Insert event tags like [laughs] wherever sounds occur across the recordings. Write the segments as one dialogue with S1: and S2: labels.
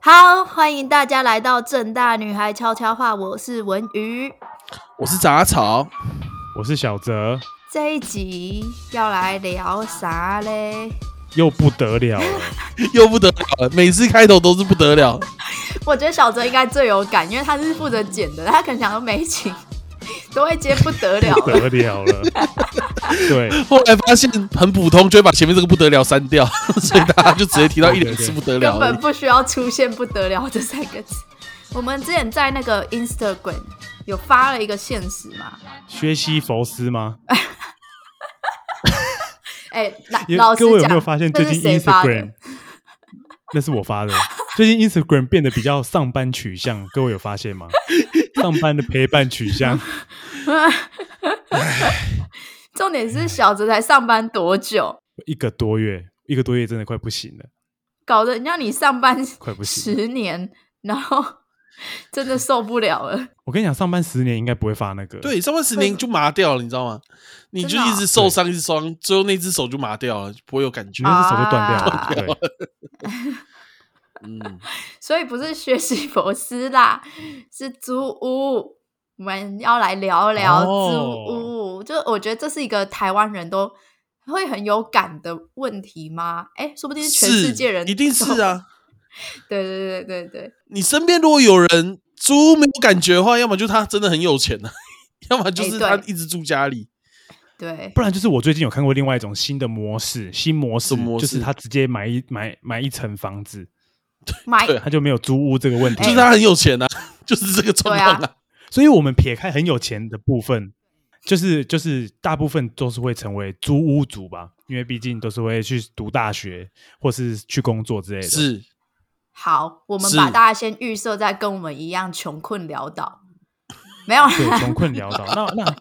S1: 好，欢迎大家来到正大女孩悄悄话，我是文瑜。
S2: 我是杂草，
S3: 我是小泽，
S1: 这一集要来聊啥嘞？
S3: 又不得了了，
S1: [laughs]
S2: 又不得了了，每次开头都是不得了。
S1: 我觉得小泽应该最有感，因为他是负责剪的，他可能想说每一集都会接不得了
S3: [laughs] 不
S1: 了。
S3: 得了了，对，
S2: 后来发现很普通，就会把前面这个不得了删掉， [laughs] 所以大家就直接提到一两次不
S1: [laughs]
S2: 得
S1: 根
S2: 了而
S1: 本
S2: 已。
S1: 不需要出现“不得了”这三个字。 [laughs] 我们之前在那个 Instagram 有发了一个现实嘛？
S3: 薛西佛
S1: [laughs]
S3: 斯吗？
S1: 哎、
S3: 因
S1: 老老
S3: 为
S1: 实
S3: 各位有没有
S1: 讲，
S3: 发现
S1: 那
S3: 最
S1: 是
S3: 近
S1: 谁发的
S3: Instagram 那是我发的，最近 Instagram 变得比较上班取向，各位有
S1: [laughs]
S3: 发现吗？上班的陪伴取向，
S1: 重点是小泽才上班多久，
S3: 一个多月，一个多月真的快不行了，
S1: 搞得让你上
S2: [laughs]
S1: 班
S3: 快不行了。
S1: 十年，然后 [laughs] 真的受不了了。
S3: 我跟你讲，上班十年应该不会发那个，，
S2: 对，上半十年就麻掉了，你知道吗？你就
S1: 真的哦
S2: 一直受伤，一直受伤，最后那只手就麻掉了，就不会有感觉
S3: 你。那只手就断掉了，
S1: 啊
S3: 对，
S2: 嗯，
S1: 所以不是学习佛斯啦，是租屋。我们要来聊聊租屋，
S2: 哦
S1: 就我觉得这是一个台湾人都会很有感的问题吗？哎，说不定是全世界人
S2: 一定是啊。
S1: 都。对对对对对，
S2: 你身边如果有人租没有感觉的话，要么就他真的很有钱啊， [laughs] 要么就是
S1: 哎
S2: 他
S1: 对
S2: 一直住家里。
S1: 对，
S3: 不然就是我最近有看过另外一种新的模式，新模式
S2: 什么模
S3: 就是
S2: 式
S3: 他直接买一买买一层房子，
S1: 买
S2: 对
S3: 他就没有租屋这个问题，
S2: 就是他很有钱啊， [laughs] 就是这个状况
S1: 哎对
S2: 啊。
S3: 所以我们撇开很有钱的部分，就是就是大部分都是会成为租屋族吧，因为毕竟都是会去读大学或是去工作之类的。，
S2: 是，
S1: 好，我们
S2: 是
S1: 把大家先预设在跟我们一样穷困潦倒，没有啦
S3: 对，穷困潦倒。那那，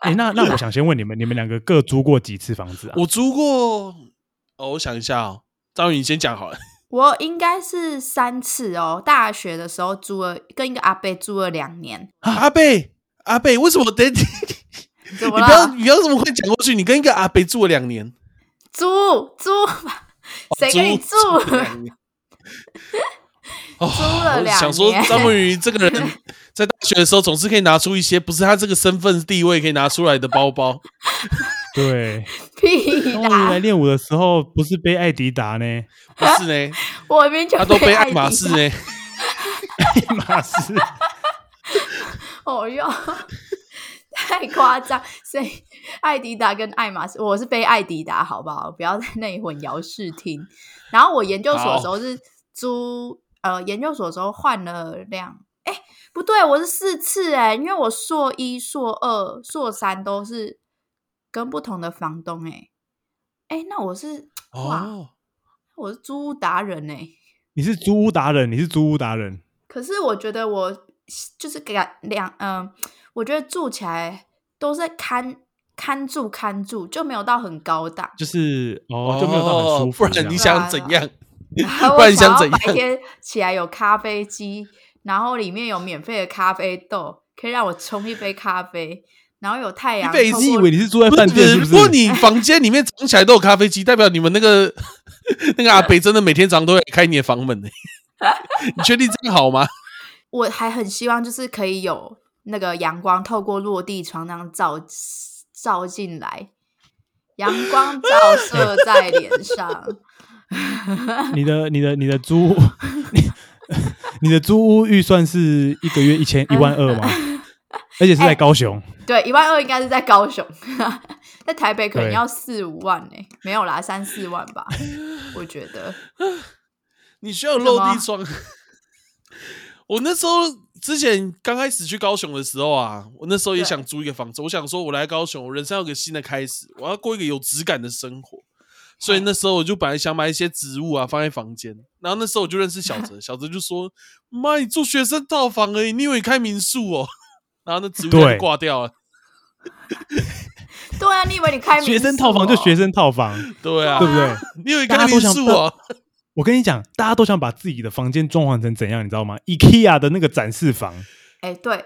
S3: 哎、那那我想先问你们，你们两个各租过几次房子啊？
S2: 我租过，哦，我想一下哦，张宇你先讲好了。
S1: 我应该是三次哦。大学的时候租了跟一个阿伯租了
S2: [laughs]
S1: 两年，
S2: 啊阿贝，阿贝，为什么等你？
S1: 怎么
S2: 你不要，
S1: 了？
S2: 你不要这么快讲过去。你跟一个阿贝住了两年，
S1: 租租，谁跟你住？
S2: 哦租了两年？哦，
S1: 了两年
S2: 我想说张文宇这个人，在大学的时候总是可以拿出一些不是他这个身份地位可以拿出来的包
S1: [laughs]
S2: 包。
S3: 对，
S1: [laughs] 屁
S2: 啊
S3: 当我来
S1: 啦！
S3: 练舞的时候，不是背艾迪达呢， [laughs]
S2: 不是呢，
S1: 我明明就
S2: 哦他都
S1: 被
S2: 背爱马仕
S1: 迪
S2: 呢。
S3: 马是
S1: 达，哦哟， [laughs] 太夸张！谁艾迪达跟爱马仕？我是背艾迪达，好不好？不要在那里混淆视听。然后我研究所的时候是租，呃，研究所的时候换了两。哎，不对，我是四次哎，因为我硕一、硕二、硕三都是跟不同的房东哎，哎，那我是
S2: 哦，
S1: 我是租屋达人哎、
S3: 你是租屋达人，你是租屋达人。
S1: 可是我觉得我就是感两嗯、我觉得住起来都是看看住看住，就没有到很高档。
S3: [laughs] 就是哦，就没有到很舒服
S2: 不
S3: 这
S1: 哦
S3: 样。
S2: 然你想怎样？
S1: 然后
S2: [laughs]
S1: 我
S2: 不然你
S1: 想
S2: 想
S1: 要
S2: 怎
S1: 白
S2: 样？
S1: 天起来有咖啡机，然后里面有免费的咖啡豆，可以让我冲一杯咖啡，然后有太阳。
S2: 一辈
S1: 透
S2: 子
S3: 你以
S1: 过
S3: 为你是住在饭
S2: 不
S3: 店
S2: 是，
S3: 是不
S2: 如
S3: 是？
S2: 果你房间里面藏起来都有咖啡机，代表你们那个 [laughs] 那个阿北真的每天早上都会来开你的房门呢、欸你确定这样好吗？
S1: 我还很希望就是可以有那个阳光透过落地窗那样照照进来，阳光照射在脸上。 [laughs]
S3: 你的你的你的租屋，你 [laughs] 你的租屋预算是一个月一千一万二吗？而且是
S1: 哎
S3: 在高雄，
S1: 对，一万二应该是在高雄， [laughs] 在台北可能
S3: 对
S1: 要四五万呢、没有啦，三四万吧，我觉得。
S2: 你需要落地窗。 [laughs] 我那时候之前刚开始去高雄的时候啊，我那时候也
S1: 对
S2: 想租一个房子，我想说我来高雄，我人生要有个新的开始，我要过一个有质感的生活。
S1: 嗯
S2: 所以那时候我就本来想买一些植物啊放在房间，然后那时候我就认识小
S1: [laughs]
S2: 泽，小泽就说：“妈，你住学生套房而已，你以为你开民宿哦？” [laughs] 然后那植物就
S3: 对
S2: 挂掉了。
S1: 对啊，你以为你开民
S3: 学生套房
S1: 宿
S3: 就
S1: 哦
S3: 学生
S1: [laughs]
S3: 套房，
S2: 对啊
S3: 对，不对？
S2: 你以为
S3: 大
S2: 开
S3: 家
S2: 民
S3: 都想
S2: 宿哦？
S3: 我跟你讲，大家都想把自己的房间装潢成怎样，你知道吗？IKEA 的那个展示房，
S1: 哎、对，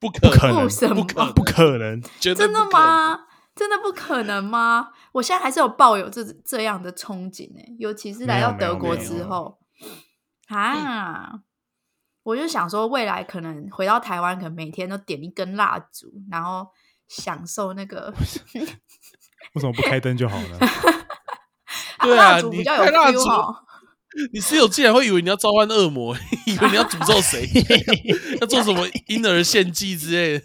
S2: 不， [laughs] 不可
S3: 不可能
S1: 不，什么
S2: 不可能
S3: 不可能。
S2: 绝
S1: [laughs] 真
S2: 对
S1: 的
S2: 不可能？
S1: 吗？真的不可能吗？我现在还是有抱有这这样的憧憬呢、尤其是来
S3: 没有
S1: 到
S3: 没有
S1: 德国
S3: 没有
S1: 之后，啊！我就想说，未来可能回到台湾，可能每天都点一根蜡烛，然后享受那
S3: [laughs]
S1: 个
S3: 为什么不开灯就好了？ [laughs]
S1: 啊
S2: 对啊
S1: 蜡烛比
S2: 你
S1: 较有
S2: 开蜡
S1: feel 哦。
S2: 你室友竟然会以为你要召唤恶魔， [laughs] 以为你要诅咒
S1: [laughs]
S2: 谁，要做什么婴儿献祭之类的。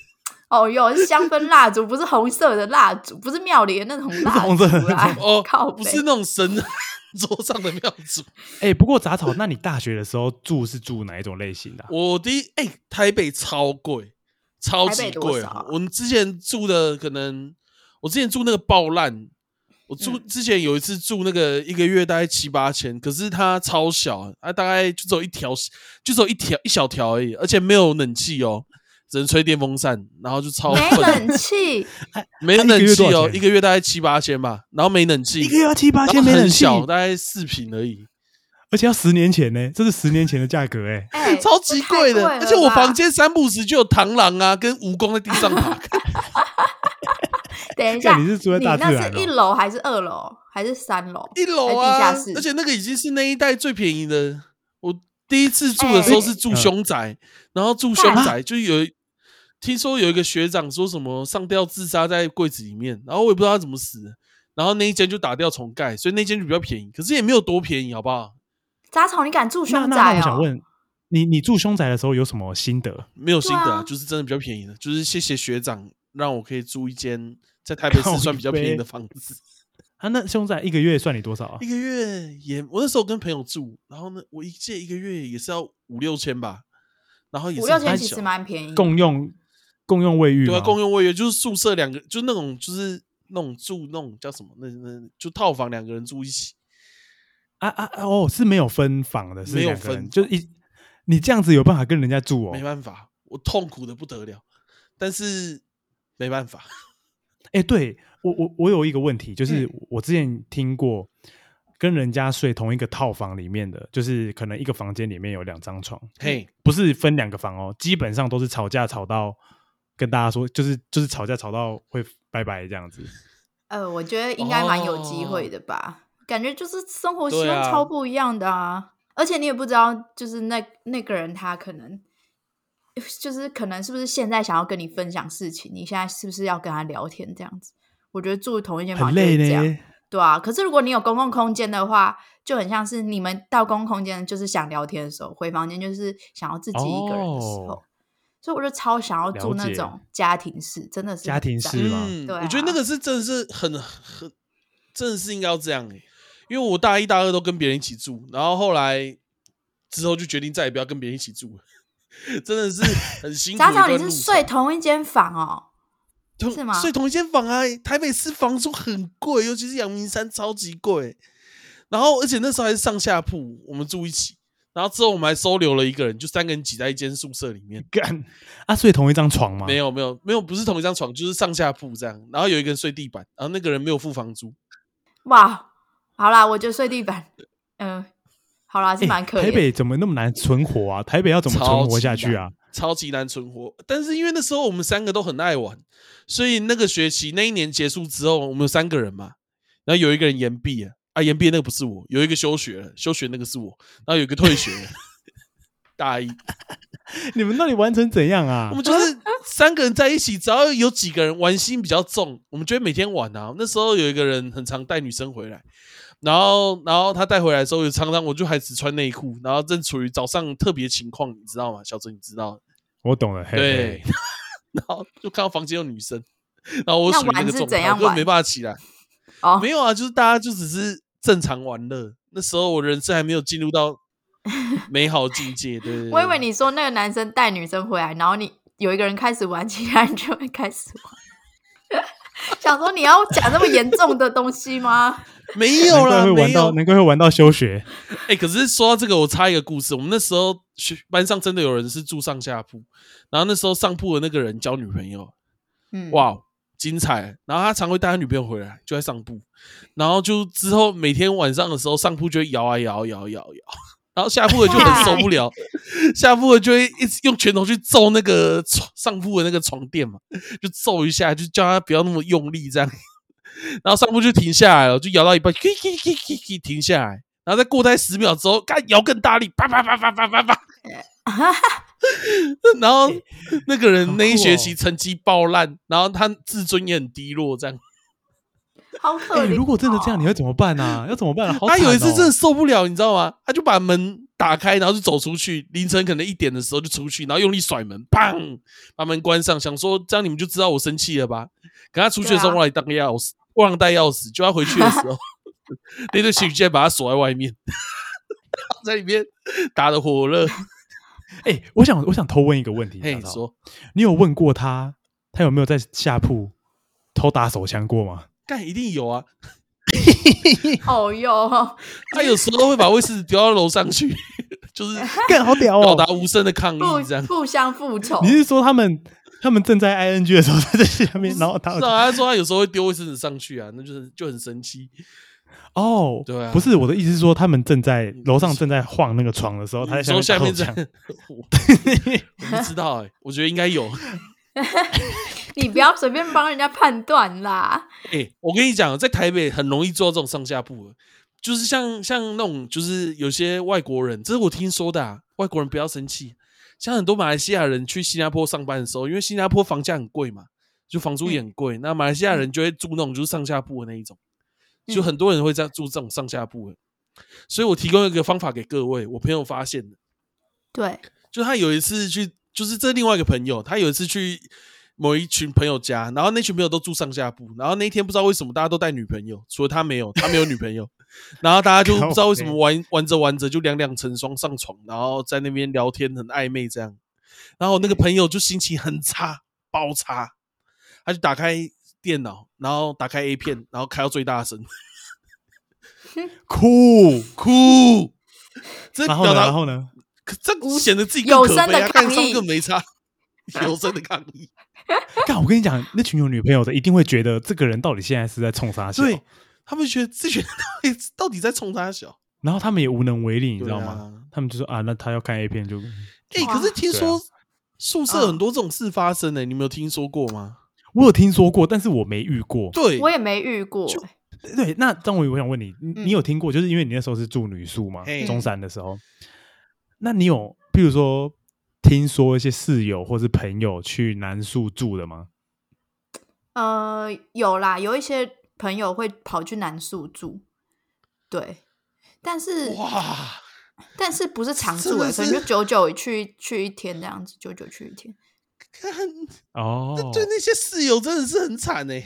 S1: 哦哟，是香氛蜡烛，不是红色的蜡烛，不是庙里的那种蜡
S3: 红色的
S1: 烛啦。
S2: 哦
S1: [laughs] 靠，
S2: 不
S1: 北
S2: 是那种神啊 [laughs] 桌上的庙祝。
S3: 哎、不过杂草，那你大学的时候住是住哪一种类型的啊、
S2: 我第一哎、台北超贵，超
S1: 台
S2: 级
S1: 北多
S2: 贵
S1: 少啊
S2: 哦。我们之前住的可能，我之前住那个爆烂，我住、
S1: 嗯
S2: 之前有一次住那个一个月大概七八千，可是它超小，它大概就只有一条，就只有一条一小条而已，而且没有冷气哦。只能吹电风扇，然后就超
S1: 没
S2: 笨，
S1: 冷气，
S2: 没
S3: 啊一个
S2: 冷
S3: 月
S2: 气
S3: 多少
S2: 哦，
S3: 钱
S2: 一个月大概七八千吧，然后没冷气，
S3: 一个月要七八
S2: 然
S3: 千，
S2: 后
S3: 没冷
S2: 很
S3: 气，
S2: 小，大概四平而已，
S3: 而且要十年前呢、这是十年前的价格哎、 [laughs]
S1: 哎、
S2: 超级贵的，
S1: 这太了
S2: 而且我
S1: 吧
S2: 房，间三不五时就有螳螂啊，跟蜈蚣在地
S1: [laughs]
S2: 上爬。
S1: 等一
S3: 干
S1: 下，
S3: 哎你是住在大自然
S1: 你那是一
S3: 哦
S1: 楼还是二楼还是三楼？
S2: 一楼
S1: 还
S2: 啊
S1: 地下室，
S2: 而且那个已经是那一带最便宜的。我第一次住的时候
S1: 哎
S2: 是
S3: 嗯
S2: 住凶宅，然后住凶宅就有听说有一个学长说什么上吊自杀在柜子里面，然后我也不知道他怎么死的，然后那一间就打掉重盖，所以那间就比较便宜，可是也没有多便宜，好不好？
S1: 杂草，你敢住
S3: 那
S1: 凶
S3: 那那
S1: 宅
S3: 我
S1: 哦？
S3: 想问你，你住凶宅的时候有什么心得？
S2: 没有新的、
S1: 对
S2: 啊，
S1: 啊
S2: 就是真的比较便宜的，就是谢谢学长让我可以住一间在台北市算比较便宜的房子。
S3: 啊，那凶宅一个月算你多少啊
S2: 一？个月也，我那时候跟朋友住，然后呢，我一借一个月也是要五六千吧，然后也是
S1: 五六千
S2: 很
S1: 其
S2: 小
S1: 实蛮便宜的，
S3: 共用共用卫浴
S2: 对啊，
S3: 吗？
S2: 共用卫浴就是宿舍两个，就是那种就是那种住那种叫什么，那那就套房两个人住一起，
S3: 啊啊啊哦，是没有分房的，是
S2: 没有
S3: 两个人
S2: 分
S3: 就一你这样子有办法跟人家住哦
S2: 没？办法，我痛苦的不得了，但是没办法，
S3: 哎、对我我我有一个问题，就是
S1: 嗯
S3: 我之前听过跟人家睡同一个套房里面的，就是可能一个房间里面有两张床，
S2: 嘿，
S3: 不是分两个房哦，基本上都是吵架吵到跟大家说，就是就是吵架吵到会拜拜这样子。
S1: 呃，我觉得应该蛮有机会
S3: 哦
S1: 的吧。感觉就是生活习
S2: 对
S1: 惯
S2: 啊
S1: 超不一样的啊，而且你也不知道，就是那那个人他可能，呃就是可能是不是现在想要跟你分享事情，你现在是不是要跟他聊天这样子？我觉得住同一间
S3: 很
S1: 房就是
S3: 累
S1: 这样，
S3: 呢，
S1: 对啊。可是如果你有公共空间的话，就很像是你们到公共空间就是想聊天的时候，回房间就是想要自己一个人的时候，
S3: 哦
S1: 所以我就超想要住
S3: 了
S1: 那
S3: 解
S1: 种家庭式，真的是
S3: 家
S1: 很
S3: 庭
S1: 赞
S3: 式是吗
S2: 嗯
S1: 对啊
S2: 我觉得那个是真的是很很，真的是应该要这样哎、因为我大一大二都跟别人一起住，然后后来之后就决定再也不要跟别人一起住了， [laughs] 真的是很辛苦的
S1: 杂
S2: 一段
S1: 草，
S2: 路
S1: 你
S2: 程。
S1: 是睡同一间房哦？
S2: 同
S1: 是吗
S2: 睡同一间房啊，台北市房租很贵，尤其是阳明山超级贵。然后而且那时候还是上下铺，我们住一起。然后之后我们还收留了一个人，就三个人挤在一间宿舍里面。
S3: 干啊，睡同一张床吗？
S2: 没，有没有没有，不是同一张床，就是上下铺这样。然后有一个人睡地板，然后那个人没有付房租。
S1: 哇，好啦，我就睡地板。嗯、好啦，是蛮可怜、
S3: 哎台北怎么那么难存活啊？台北要怎么存活下去啊？
S2: 超级难存活。但是因为那时候我们三个都很爱玩，所以那个学期那一年结束之后，我们有三个人嘛，然后有一个人延毕了，啊，延毕的那个不是我，有一个休学了，休学那个是我，然后有一个退学了 [laughs] 大一，
S3: 你们到底玩成怎样
S2: 啊
S3: 啊
S2: 我？们就是三个人在一起，只要有几个人玩心比较重，我们就会每天玩啊。那时候有一个人很常带女生回来，然后然后他带回来的时候，有常常我就还只穿内裤，然后正处于早上特别情况，你知道吗？小哲，你知道的
S3: 我懂了，嘿
S2: 对
S3: 嘿，
S2: 然后就看到房间有女生，然后我属于那个
S1: 那玩是
S2: 状
S1: 怎
S2: 态，
S1: 样
S2: 我根本
S1: 玩
S2: 没办法起来。
S1: 哦，
S2: 没有啊，就是大家就只是正常玩乐。那时候我人生还没有进
S1: [laughs]
S2: 入到美好境界，对对对。
S1: 我以为你说那个男生带女生回来，然后你有一个人开始玩，其他人就会开始玩。 [laughs] 想说你要讲这么严重的东西吗？
S2: 没有
S3: 难怪
S2: 啦，
S3: 会玩
S2: 没
S3: 到，
S2: 有。
S3: 难怪会玩到休学。
S2: 哎、可是说到这个，我插一个故事。我们那时候学班上真的有人是住上下铺，然后那时候上铺的那个人交女朋友，
S1: 嗯，，
S2: 哇，精彩！然后他常会带他女朋友回来，就在上铺，然后就之后每天晚上的时候，上铺就会摇啊摇，摇摇摇，然后下铺的就很受不了，下铺的就会一直用拳头去揍那个床上铺的那个床垫嘛，就揍一下，就叫他不要那么用力这样，然后上铺就停下来了，就摇到一半，停下来，然然后再过待十秒之后，干摇更大力，啪啪啪啪啪啪啪，然后那个人那一学期成绩爆烂，然后他自尊也很低落，这样。
S1: 好可
S3: 哎、
S1: 怜、
S3: 如果真的这样，你，会怎么办啊？要怎么办啊？好
S2: 他
S3: 惨
S2: 有一次
S3: 哦
S2: 真的受不了，你知道吗？他就把门打开，然后就走出去，凌晨可能一点的时候就出去，然后用力甩门，砰，把门关上，想说这样你们就知道我生气了吧？可他出去的时候
S1: 对啊
S2: 忘了带钥匙，忘了带钥匙，就他回去的时
S3: [laughs]
S2: 候，那对情侣竟然把他锁在外面， [laughs] 在里面打的火热。
S3: 哎、我想我想偷问一个问题，
S2: 嘿，
S3: 大
S2: 你
S3: 嫂
S2: 说，
S3: 你有问过他，他有没有在下铺偷打手枪过吗？
S2: 干一定有啊！
S1: 哦哟，
S2: 他有时候会把卫视丢到楼上去， [laughs] 就是
S3: 干好屌
S2: 表达！无声的抗
S1: 互
S3: 哦
S2: 议，这样。 [laughs]
S1: 互相复仇
S3: 你，是说他们他们正在 ing 的时候他在下面，然后他
S2: 是啊，他说他有时候会丢卫生纸上去啊，那就是就很生气。
S3: 哦，
S2: 对啊
S3: 不是我的意思是说他们正在楼上正在晃那个床的时候，他在
S2: 你说
S3: 下
S2: 下
S3: 面
S2: 面
S3: 打
S2: 这
S3: 手
S2: 样，
S3: 枪。
S2: 我我不知道哎、我觉得应该有。
S1: 你不要随便帮人家判断啦。
S2: 哎、我跟你讲，在台北很容易做到这种上下铺的，就是像像那种，就是有些外国人，这是我听说的、啊，外国人不要生气。像很多马来西亚人去新加坡上班的时候，因为新加坡房价很贵嘛，就房租也很贵，那马来西亚人就会住那种就是上下铺的那一种，就
S1: 嗯
S2: 很多人会在住这种上下铺的。所以我提供一个方法给各位，我朋友发现的。
S1: 对，
S2: 就他有一次去，就是这另外一个朋友，他有一次去某一群朋友家，然后那群朋友都住上下铺，然后那一天不知道为什么大家都带女朋友，除了他没有，他没有女朋
S3: [laughs]
S2: 友，然后大家就不知道为什么玩玩着玩着就两两成双上床，然后在那边聊天很暧昧这样，然后我那个朋友就心情很差，爆差，他就打开电脑，然后打开 A 片，然后开到最大声，
S3: 酷， [laughs]
S2: 哭，这
S3: 然后呢？
S2: 表达
S3: 然后呢？
S2: 可这显得自己
S1: 有
S2: 更可
S1: 声
S2: 悲
S1: 的
S2: 啊！干
S1: 抗
S2: 上
S1: 议
S2: 更
S1: [laughs]
S2: 没差，有声的抗议。
S3: 干，我跟你讲，那群有女朋友的一定会觉得这个人到底现在是在冲啥笑，
S2: 对他们觉得这群人到底到底在冲他小，
S3: 然后他们也无能为力，你
S2: 你
S3: 知道吗？？他们就说啊，那他要看 A 片就，
S2: 哎、
S1: 哇嗯
S2: 可是听说
S3: 对啊
S2: 宿舍很多这种事发生呢、你们有听说过吗？
S3: 我有听说过，但是我没遇过。
S2: 对，
S1: 我也没遇过、
S2: 就
S3: 对，那张伟，我想问你，你
S1: 嗯
S3: 你有听过？就是因为你那时候是住女宿嘛
S2: 嘿，
S3: 中山的时候，那你有譬如说听说一些室友或是朋友去男宿住的吗？
S1: 呃，有啦，有一些朋友会跑去南宿住，对，但是
S2: 哇，
S1: 但是不是常
S2: 真
S1: 住
S2: 的
S1: 欸，可能
S2: 是
S1: 就久久去去一天这样子，久久去一天。
S2: 看
S3: 哦，
S2: 对那些室友真的是很惨哎、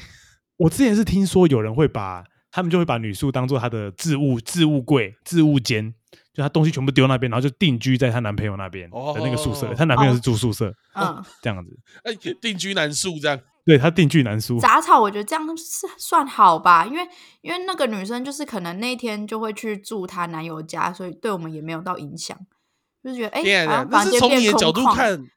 S3: 我之前是听说有人会把他们就会把女宿当做他的置物置物柜、置物间，就他东西全部丢那边，然后就定居在她男朋友那边的那个宿舍。
S2: 哦
S3: 她、男朋友是住宿舍，
S1: 嗯，
S3: 这样子，
S2: 哎、定居男宿这样，
S3: 对她定居男宿。
S1: 嗯杂草我觉得这样是算好吧，因为因为那个女生就是可能那一天就会去住她男友家，所以对我们也没有到影响，就是觉得哎，
S2: 天
S1: 好
S2: 啊
S1: 像，
S2: 那
S1: 房
S2: 是
S1: 间
S2: 从
S1: 变
S2: 你的
S1: 空
S2: 角度
S1: 旷，
S2: 看，
S1: 嗯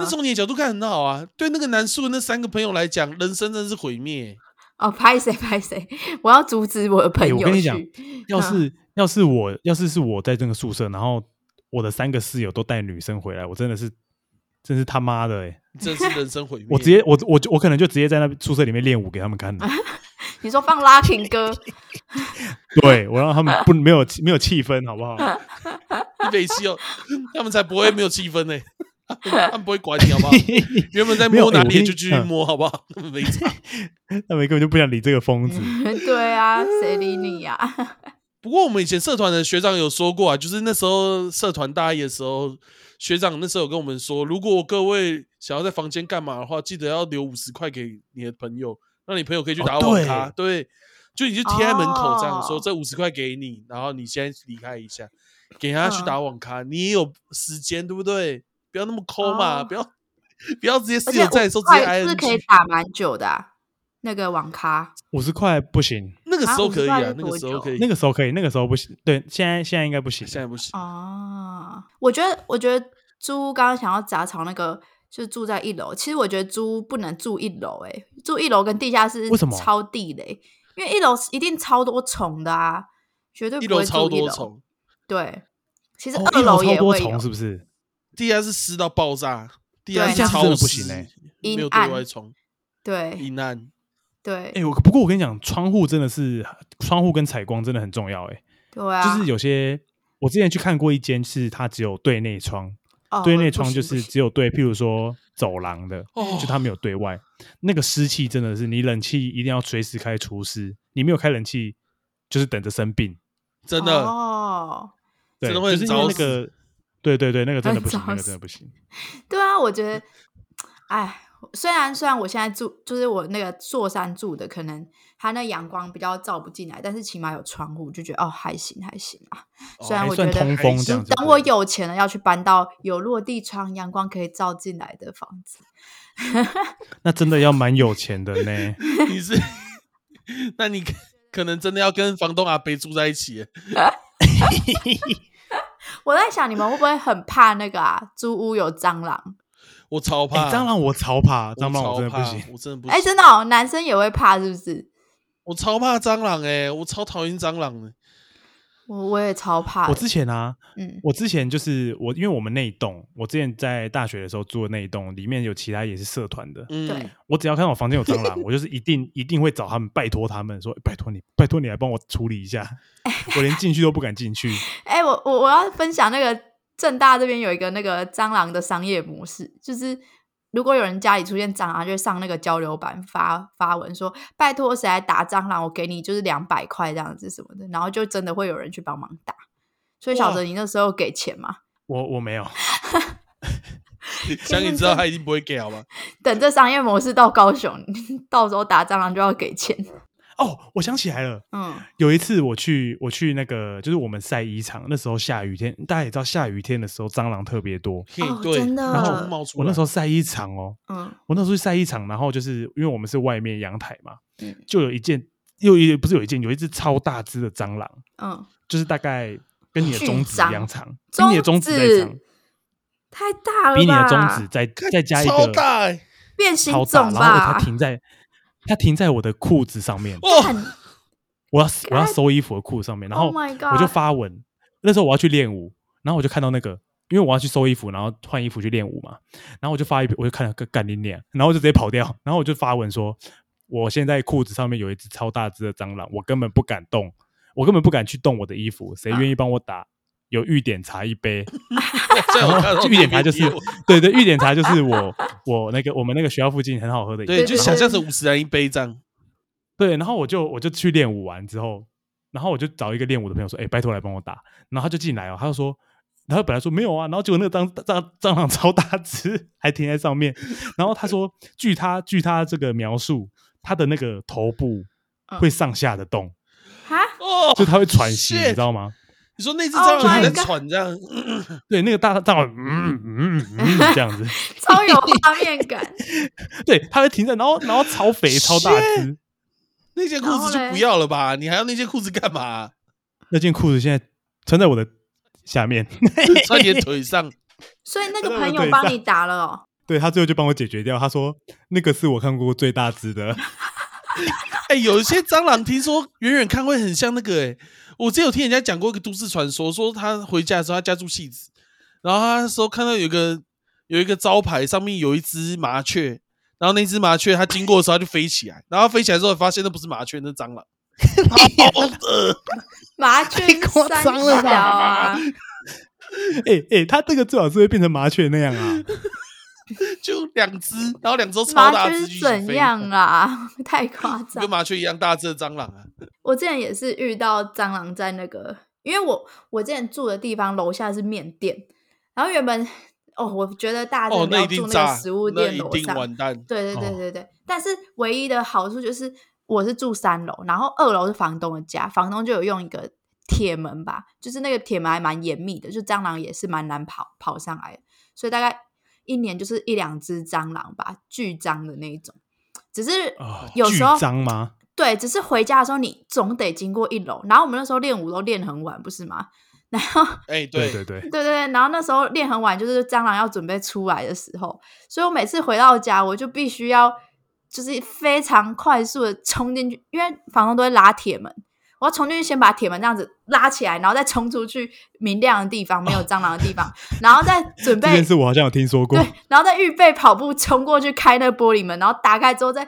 S2: 那，从你的角度看很好啊。对那个男宿的那三个朋友来讲，人生真是毁灭欸、
S1: 哦，拍谁拍谁，我要阻止我的朋
S3: 哎
S1: 友
S3: 我
S1: 去。 [laughs]
S3: 跟你讲要是、
S2: 嗯
S3: 要是我要是是我在这个宿舍，然后我的三个室友都带女生回来，我真的是真是他妈的、欸，
S2: 真是人生毁灭。
S3: 我直接我我我可能就直接在那宿舍里面练舞给他们看的。
S1: 你说放拉丁歌， [laughs]
S3: 对我让他们不 [laughs] 没有没有气氛，好不好？
S2: 嗯一北七哦，他们才不会没有气氛呢、他 [laughs] 们他们不会管你
S3: [laughs]
S2: 好不好？原本在
S3: 没有
S2: 摸哪
S3: 哎我
S2: 里
S3: 跟你
S2: 就继续摸好不好？他们没差。
S3: 他们根本就不想理这个疯
S2: 嗯
S3: 子。
S1: 对啊，谁理你啊呀、
S2: 不过我们以前社团的学长有说过啊，就是那时候社团大一的时候，学长那时候有跟我们说，如果各位想要在房间干嘛的话，记得要留五十块给你的朋友，让你朋友可以去
S3: 哦
S2: 打网咖。对，就你就贴在门口这样
S1: 哦
S2: 说，这五十块给你，然后你先离开一下，给他
S1: 嗯
S2: 去打网咖，你也有时间对不对？不要那么抠嘛，
S1: 哦
S2: 不要不要直接
S1: 而
S2: 室
S1: 且
S2: 友在的时候直接
S1: 快是可以
S2: ing。
S1: 打蛮久的啊、那个网咖
S3: 五十块不行，
S2: 那个时候
S1: 啊
S2: 可以
S1: 55
S2: 啊
S1: 是，
S2: 那个时候
S1: 多久
S2: 可以，
S3: 那个时候可以，那个时候不行。对，现在现在应该不行。
S2: 现在不行。
S1: 哦。我觉得，我觉得租刚刚想要杂草那个，就是住在一楼。其实我觉得租不能住一楼，哎，住一楼跟地下室
S3: 为什么
S1: 超地雷？因为一楼一定超多虫的啊，绝对
S2: 一
S1: 不
S2: 楼
S1: 会住
S2: 超
S1: 一
S2: 多
S1: 楼。
S2: 虫，
S1: 对，其实
S3: 哦
S1: 二
S3: 一楼
S1: 楼
S3: 超
S1: 也
S3: 多
S1: 会有
S3: 虫，是不是？
S2: 地下室湿到爆炸，地
S1: 对
S2: 下
S1: 这
S2: 室
S1: 样
S2: 超
S3: 真的不
S2: 湿
S3: 行欸
S2: 没有
S1: 阴
S2: 对
S1: 暗
S2: 外窗，
S1: 对
S2: 阴暗。
S1: 对
S3: 哎、我不过我跟你讲，窗户真的是窗户跟采光真的很重要、欸。哎，
S1: 对啊，
S3: 就是有些我之前去看过一间，是它只有对内窗，
S1: 哦
S3: 对
S1: 我
S3: 内
S1: 不
S3: 窗
S1: 行
S3: 就
S1: 不
S3: 是
S1: 行
S3: 只有对，譬如说走廊的，
S2: 哦
S3: 就它没有对外。那个湿气真的是，你冷气一定要随时开除湿，你没有开冷气就是等着生病。
S2: 真的，
S1: 哦，
S3: 对，
S2: 真的会
S3: 就是因为
S2: 很早
S3: 那
S2: 死
S3: 个，对对对，那个真的
S1: 很
S3: 不行，
S1: 早
S3: 那个
S1: 死
S3: 真的不行。
S1: 对啊，我觉得，哎，虽然虽然我现在住就是我那个座山住的，可能它那阳光比较照不进来，但是起码有窗户，就觉得哦还行还行啊。
S2: 哦
S1: 虽然
S3: 还
S1: 我
S3: [laughs]
S1: 觉
S3: 哎算
S1: 得
S3: 通风这样子。
S1: 等我有钱了，要去搬到有落地窗、阳光可以照进来的房子。
S3: 那真的要蛮有钱的呢。
S2: 你是， [laughs] 那你可可能真的要跟房东阿伯住在一起欸耶，
S1: 我在想，你们会不会很怕那个啊？租屋有蟑螂？
S2: 我超
S3: 哎，
S2: 怕
S3: 蟑，螂我超怕，蟑螂
S2: 我
S3: 我真的
S2: 超
S3: 不
S2: 怕
S3: 行。，
S2: 我真的不
S1: 哎、
S2: 行，
S1: 真的、哦，男生也会怕，是不是？
S2: 我超怕蟑螂哎，我超讨厌蟑螂的，
S1: 我我也超怕的。
S3: 我之前啊，
S1: 嗯
S3: 我之前就是我，因为我们那一栋，我之前在大学的时候住的那一栋，里面有其他也是社团的。
S2: 嗯
S1: 对，
S3: 我只要看到我房间有蟑螂，我就是一定一定会找他们，拜托他们说，哎拜托你，拜托你来帮我处理一下。
S2: [laughs]
S3: 我连进去都不敢进去。
S1: 哎、我我我要分享那个正大这边有一个那个蟑螂的商业模式，就是如果有人家里出现蟑螂，就会上那个交流版发发文说：“拜托谁来打蟑螂，我给你就是两百块这样子什么的。”然后就真的会有人去帮忙打。所以小
S2: 哇
S1: 哲，你那时候给钱吗？
S3: 我我没有，
S2: [laughs] 相信知道他一定不会给好吧？
S1: 等这商业模式到高雄， [laughs] 到时候打蟑螂就要给钱。
S3: 哦，我想起来了，
S1: 嗯，
S3: 有一次我去我去那个就是我们晒衣场，那时候下雨天，大家也知道下雨天的时候蟑螂特别多。
S2: 嘿，
S1: 哦
S2: 对，
S1: 真的
S2: 然后冒出
S3: 啊我
S2: 来，
S3: 那时候晒衣场哦，
S1: 嗯，
S3: 我那时候去晒衣场，然后就是因为我们是外面阳台嘛，
S1: 嗯
S3: 就有一件又一不是有一件有一只超大只的蟑螂，
S1: 嗯，
S3: 就是大概跟你的
S1: 巨
S3: 中指一样长，比
S1: 中
S3: 你的中指再长
S1: 指，太大了吧，
S3: 比你的中
S1: [laughs]
S3: 指再再加一
S2: 超
S3: 个
S2: 大哎，
S1: 变形
S3: 超大，
S1: 种
S3: 然后它
S1: 吧？
S3: 停在它停在我的裤子上面， [laughs]
S2: 哦，
S1: 很
S3: 我要我要收衣服的裤子上面，然
S1: 啊
S3: 后
S1: Oh my god
S3: 我就发文，那时候我要去练舞，然后我就看到那个。因为我要去收衣服，然后换衣服去练舞嘛，然后我就发一，我就看了个干你脸，然后我就直接跑掉，然后我就发文说，我现在裤子上面有一只超大只的蟑螂，我根本不敢动，我根本不敢去动我的衣服，谁愿意帮我打？有玉点茶一杯， [laughs]
S2: 这样我看
S3: 然
S2: 到
S3: 后玉点茶就是
S2: 这边也有
S3: 对对，玉点茶就是我我那个我们那个学校附近很好喝的饮料，
S2: 对，就
S1: 对
S2: 想象成五十人一杯这样，
S3: 对，然后我就我就去练舞完之后，然后我就找一个练舞的朋友说：“哎、拜托来帮我打。”然后他就进来哦，他就说，然后本来说没有啊，然后结果那个蟑蟑蟑螂超大只，还停在上面。然后他说，据他据他这个描述，他的那个头部
S2: 嗯
S3: 会上下的动，
S1: 哈，
S2: 哦，
S3: 就他会喘息，你
S2: shit
S3: 知道吗？哦
S2: 你说那只
S1: Oh
S2: 蟑螂还
S1: my
S2: 在
S1: god
S2: 喘这样，
S3: 对，那个大蟑螂，嗯嗯嗯，这样子，
S1: 超有画面感。
S3: 对，他会停在，然后然后超肥超大
S2: [laughs]
S3: 只，
S2: 那件裤
S1: 然
S2: 子
S1: 后
S2: 就
S1: 嘞
S2: 不要了吧，你还要那件裤子干
S1: [laughs]
S2: 嘛？
S3: 那件裤子现在穿在我的下面，
S2: 穿你的腿上，
S1: 所以那
S3: 真
S1: 个
S3: 的
S1: 朋
S3: 有对
S1: 友帮
S3: 上
S1: 你打了
S2: [laughs]
S1: 哦，
S3: 对他最后就帮我解决掉。他说那个是我看过最大只的， [laughs]
S2: 哎、有一些蟑螂听说远远看会很像那个、欸，我之前有听人家讲过一个都市传说，说他回家的时候，他家住戏子，然后他那时候看到有一个有一个招牌上面有一只麻雀，然后那只麻雀它经过的时候它就飞起来，然后它飞起来之后发现那不是麻雀，那是蟑螂。好恶
S1: 麻雀是
S3: 夸
S1: 三
S3: 张了
S1: 小啊，
S2: [laughs]
S3: 哎哎、他这个最好是会变成麻雀那
S1: [laughs]
S3: 样啊，
S2: 就两只，然后两只都超
S1: 麻
S2: 大
S1: 雀
S2: 只，
S1: 是怎样？啊？ [laughs] 太
S2: [laughs]
S1: 夸张
S2: 跟！麻雀一样大只的蟑螂啊！
S1: 我之前也是遇到蟑螂在那个，因为我我之前住的地方楼下是面店，然后原本哦，我觉得大家
S2: 哦
S1: 真，的
S2: 那
S1: 不
S2: 一
S1: 要住
S2: 定
S1: 那
S2: 炸，
S1: 个食物
S2: 那
S1: 店
S2: 一
S1: 楼
S2: 定
S1: 上，
S2: 完蛋。
S1: 对对对
S3: 哦
S1: 对对，但是唯一的好处就是我是住三楼，然后二楼是房东的家，房东就有用一个铁门吧，就是那个铁门还蛮严密的，就蟑螂也是蛮难跑跑上来的，所以大概一年就是一两只蟑螂吧，巨蟑的那一种。只是
S3: 啊
S1: 有时候
S3: 巨蟑吗？
S1: 对，只是回家的时候你总得经过一楼，然后我们那时候练舞都练很晚，不是吗？然后
S2: 哎、
S3: 对对对，
S1: 对对对，然后那时候练很晚，就是蟑螂要准备出来的时候，所以我每次回到家，我就必须要就是非常快速的冲进去，因为房东都会拉铁门，我要冲进去先把铁门这样子拉起来，然后再冲出去明亮的地方，没有蟑螂的地方，
S3: [laughs]
S1: 然后再准
S3: 这
S1: 备
S3: 件事我好像有听说过。
S1: 对，然后再预备跑步冲过去开那个玻璃门，然后打开之后再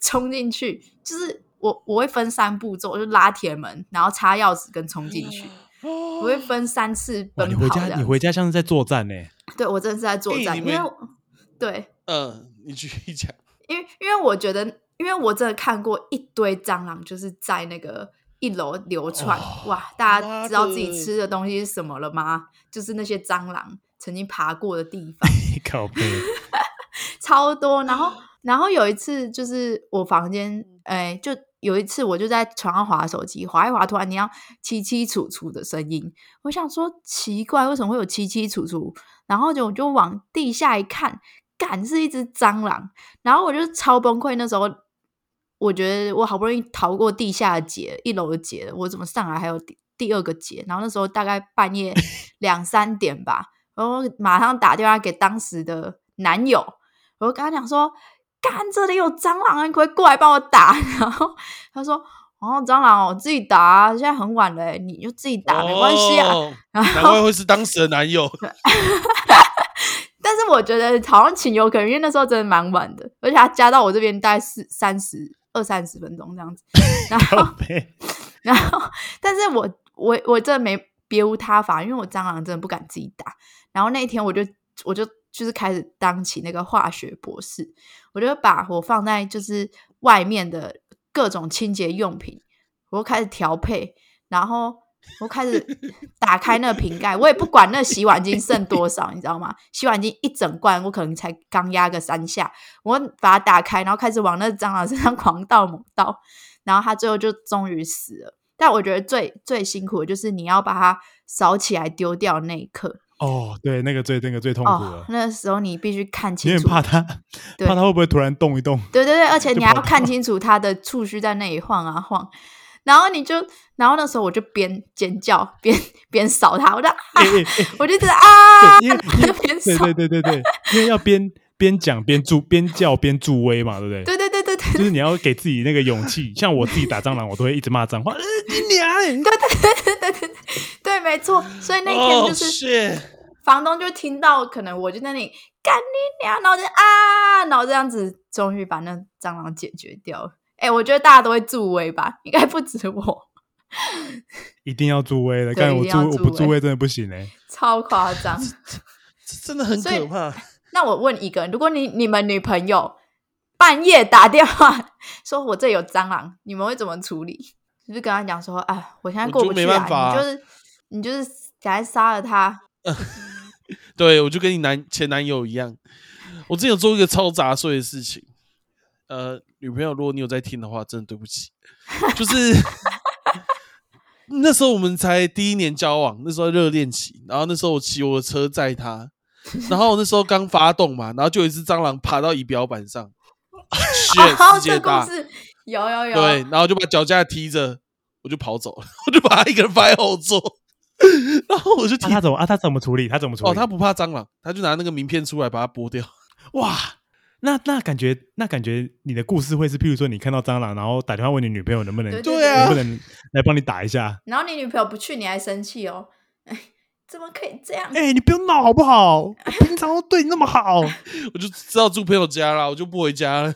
S1: 冲进去，就是我我会分三步骤，就拉铁门，然后插钥匙跟冲进去。
S2: 哦
S1: 我会分三次
S3: 哇
S1: 奔
S3: 你
S1: 跑
S3: 回
S1: 这
S3: 家，
S1: 样
S3: 你
S1: 子
S3: 回家像是在作战
S1: [laughs]
S3: 呢、
S1: 对我真的是在作
S2: 哎
S1: 战，
S2: 你
S1: 因
S2: 们
S1: 为我对，
S2: 嗯，你继续讲。
S1: 因为因为我觉得，因为我真的看过一堆蟑螂，就是在那个一楼流窜，
S2: 哦
S1: 哇！大
S2: 妈
S1: 家知道自己
S2: 的
S1: 吃的东西是什么了吗？就是那些蟑螂曾经爬过的地
S2: [laughs]
S1: 方，
S3: 靠
S1: [laughs]
S3: 背，
S1: 超多。然后，然后有一次就是我房间，
S2: 嗯
S1: 哎，就有一次我就在床上划手机，划一划，突然听到凄凄楚楚的声音，我想说奇怪，为什么会有凄凄楚楚？然后就我就往地下一看，干是一只蟑螂，然后我就超崩溃。那时候我觉得我好不容易逃过地下的劫，一楼的劫了，我怎么上来还有第第二个劫？然后那时候大概半夜两三点吧，然后马上打电话给当时的男友，我就跟他讲说：“干，这里有蟑螂，啊你可不可以过来帮我打？” [laughs] 然后他说：“哦，蟑螂哦，自己打、啊，现在很晚了，你就自己打，没关系啊。
S2: 哦
S1: 然
S2: 难怪会是当时的男友。
S1: 但是我觉得好像情有可原，因为那时候真的蛮晚的，而且他加到我这边大概四三十二三十分钟这样子。然
S3: 靠
S1: 后，
S3: 背，
S1: [laughs] 然后，但是我我我真的没别无他法，因为我蟑螂真的不敢自己打。然后那一天我就我就就是开始当起那个化学博士，我就把我放在就是外面的各种清洁用品，我就开始调配，然后我开始打开那个瓶盖，我也不管那洗碗巾剩多少，你知道吗？洗碗巾一整罐，我可能才刚压个三下，我把它打开，然后开始往那蟑螂身上 [laughs] 狂倒猛倒，然后它最后就终于死了。但我觉得最最辛苦的就是你要把它扫起来丢掉那一刻，
S3: 哦，对，那个最那个最痛苦
S1: 哦
S3: 了，，
S1: 那时候你必须看
S3: 有
S1: 清
S3: 点
S1: 楚，
S3: 怕它，
S1: 对
S3: 怕它会不会突然动一动？
S1: 对对对，而且
S3: 就
S1: 你还
S3: 跑
S1: 要看清楚它的触须在那里晃啊晃，然后你就，然后那时候我就边尖叫边边扫它，我就、啊、
S3: 欸欸欸
S1: 我就一直
S3: [laughs]
S1: 啊，
S3: 对因为
S1: 然后边
S3: 对
S1: 扫，
S3: 对对对对，因为要边边讲边助边叫边助威嘛，对不对？
S1: 对对对对对
S3: 就是你要给自己那个勇气。像我自己打蟑螂，我都会一直骂脏话，呃你娘！
S1: 对，没错，所以那
S2: 哦
S1: 天就是。
S3: 哦
S2: 是
S1: 房东就听到，可能我就在那里干你娘，然后就啊，然后这样子，终于把那蟑螂解决掉了。哎、我觉得大家都会助威吧，应该不止我，
S3: 一定要助威的，
S1: 对
S3: 但我
S1: 一定要
S3: 助我
S1: 助
S3: 不
S1: 威
S3: 助威真的不
S1: [laughs]
S3: 行哎、
S1: 超夸
S2: [laughs]
S1: 张。
S2: 这真的很
S1: 所以
S2: 可怕。
S1: 那我问一个，如果你你们女朋友半夜打电话说我这有蟑螂，你们会怎么处理？就是跟他讲说，啊，我现在
S2: 我
S1: 过
S2: 就
S1: 不
S2: 没
S1: 去啊，
S2: 办法啊
S1: 你就是你就是赶快杀了他，
S2: 对，我就跟你男前男友一样，我之前有做一个超杂碎的事情。呃，女朋友，如果你有在听的话，真的对不起。就是 [laughs] 那时候我们才第一年交往，那时候热恋期，然后那时候我骑我的车载她，然后那时候刚发动嘛，然后就有一只蟑螂爬到仪表板上， [laughs]
S1: [laughs] 哦，
S2: 血世
S1: 这
S2: 界
S1: 故
S2: 大，
S1: 事有有有，
S2: 对，然后就把脚架踢着，我就跑走了， [laughs] 我就把他一个人放在后座， [laughs] 然后我就
S3: 啊，
S2: 踢
S3: 他怎么啊？他怎么处理？他怎么处理？
S2: 哦，他不怕蟑螂，他就拿那个名片出来把它剥掉。 [laughs]
S3: 哇，那那感觉那感觉你的故事会是，譬如说你看到蟑螂，然后打电话问你女朋友能不能
S1: 对
S2: 对
S3: 能
S2: 啊
S1: [laughs]
S3: 不，能来帮你打一下？
S1: 然后你女朋友不去，你还生气哦，哎，怎么可以这样？
S3: 哎、你不要闹好不好？ [laughs] 我平常都对你那么好。 [laughs]
S2: 我就知道住朋友家啦，我就不回家了。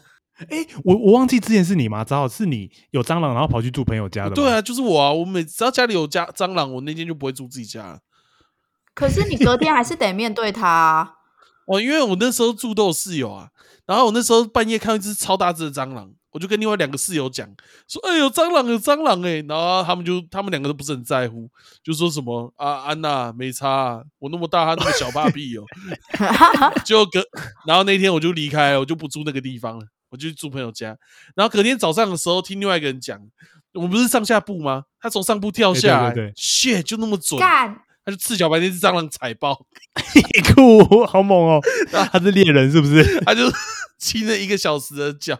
S3: 哎、我我忘记之前是你吗？只好是你有蟑螂，然后跑去住朋友家的吗？
S2: 对啊，就是我啊，我每只要家里有家蟑螂，我那天就不会住自己家了。
S1: 可是你隔天还是得面对他、
S2: [laughs]
S1: 啊。
S2: 哦，因为我那时候住都有室友啊，然后我那时候半夜看到一只超大只的蟑螂，我就跟另外两个室友讲说：“哎、有蟑螂，有蟑螂哎、然后他们就他们两个都不是很在乎，就说什么啊安娜没差、啊，我那么大，他那么小怕屁哦。就隔，然后那天我就离开了，我就不住那个地方了，我就去住朋友家。然后隔天早上的时候，听另外一个人讲，我们不是上下铺吗？他从上铺跳
S3: 哎对对
S2: 下来，
S3: 对对
S2: shit 就那么准，
S1: 干，
S2: 他就赤脚把那只蟑螂踩爆。
S3: 酷，好猛
S1: [laughs]
S3: 哦！
S1: 啊
S3: 他是猎人是不是？
S2: 他就 [laughs] 骑了一个小时的脚，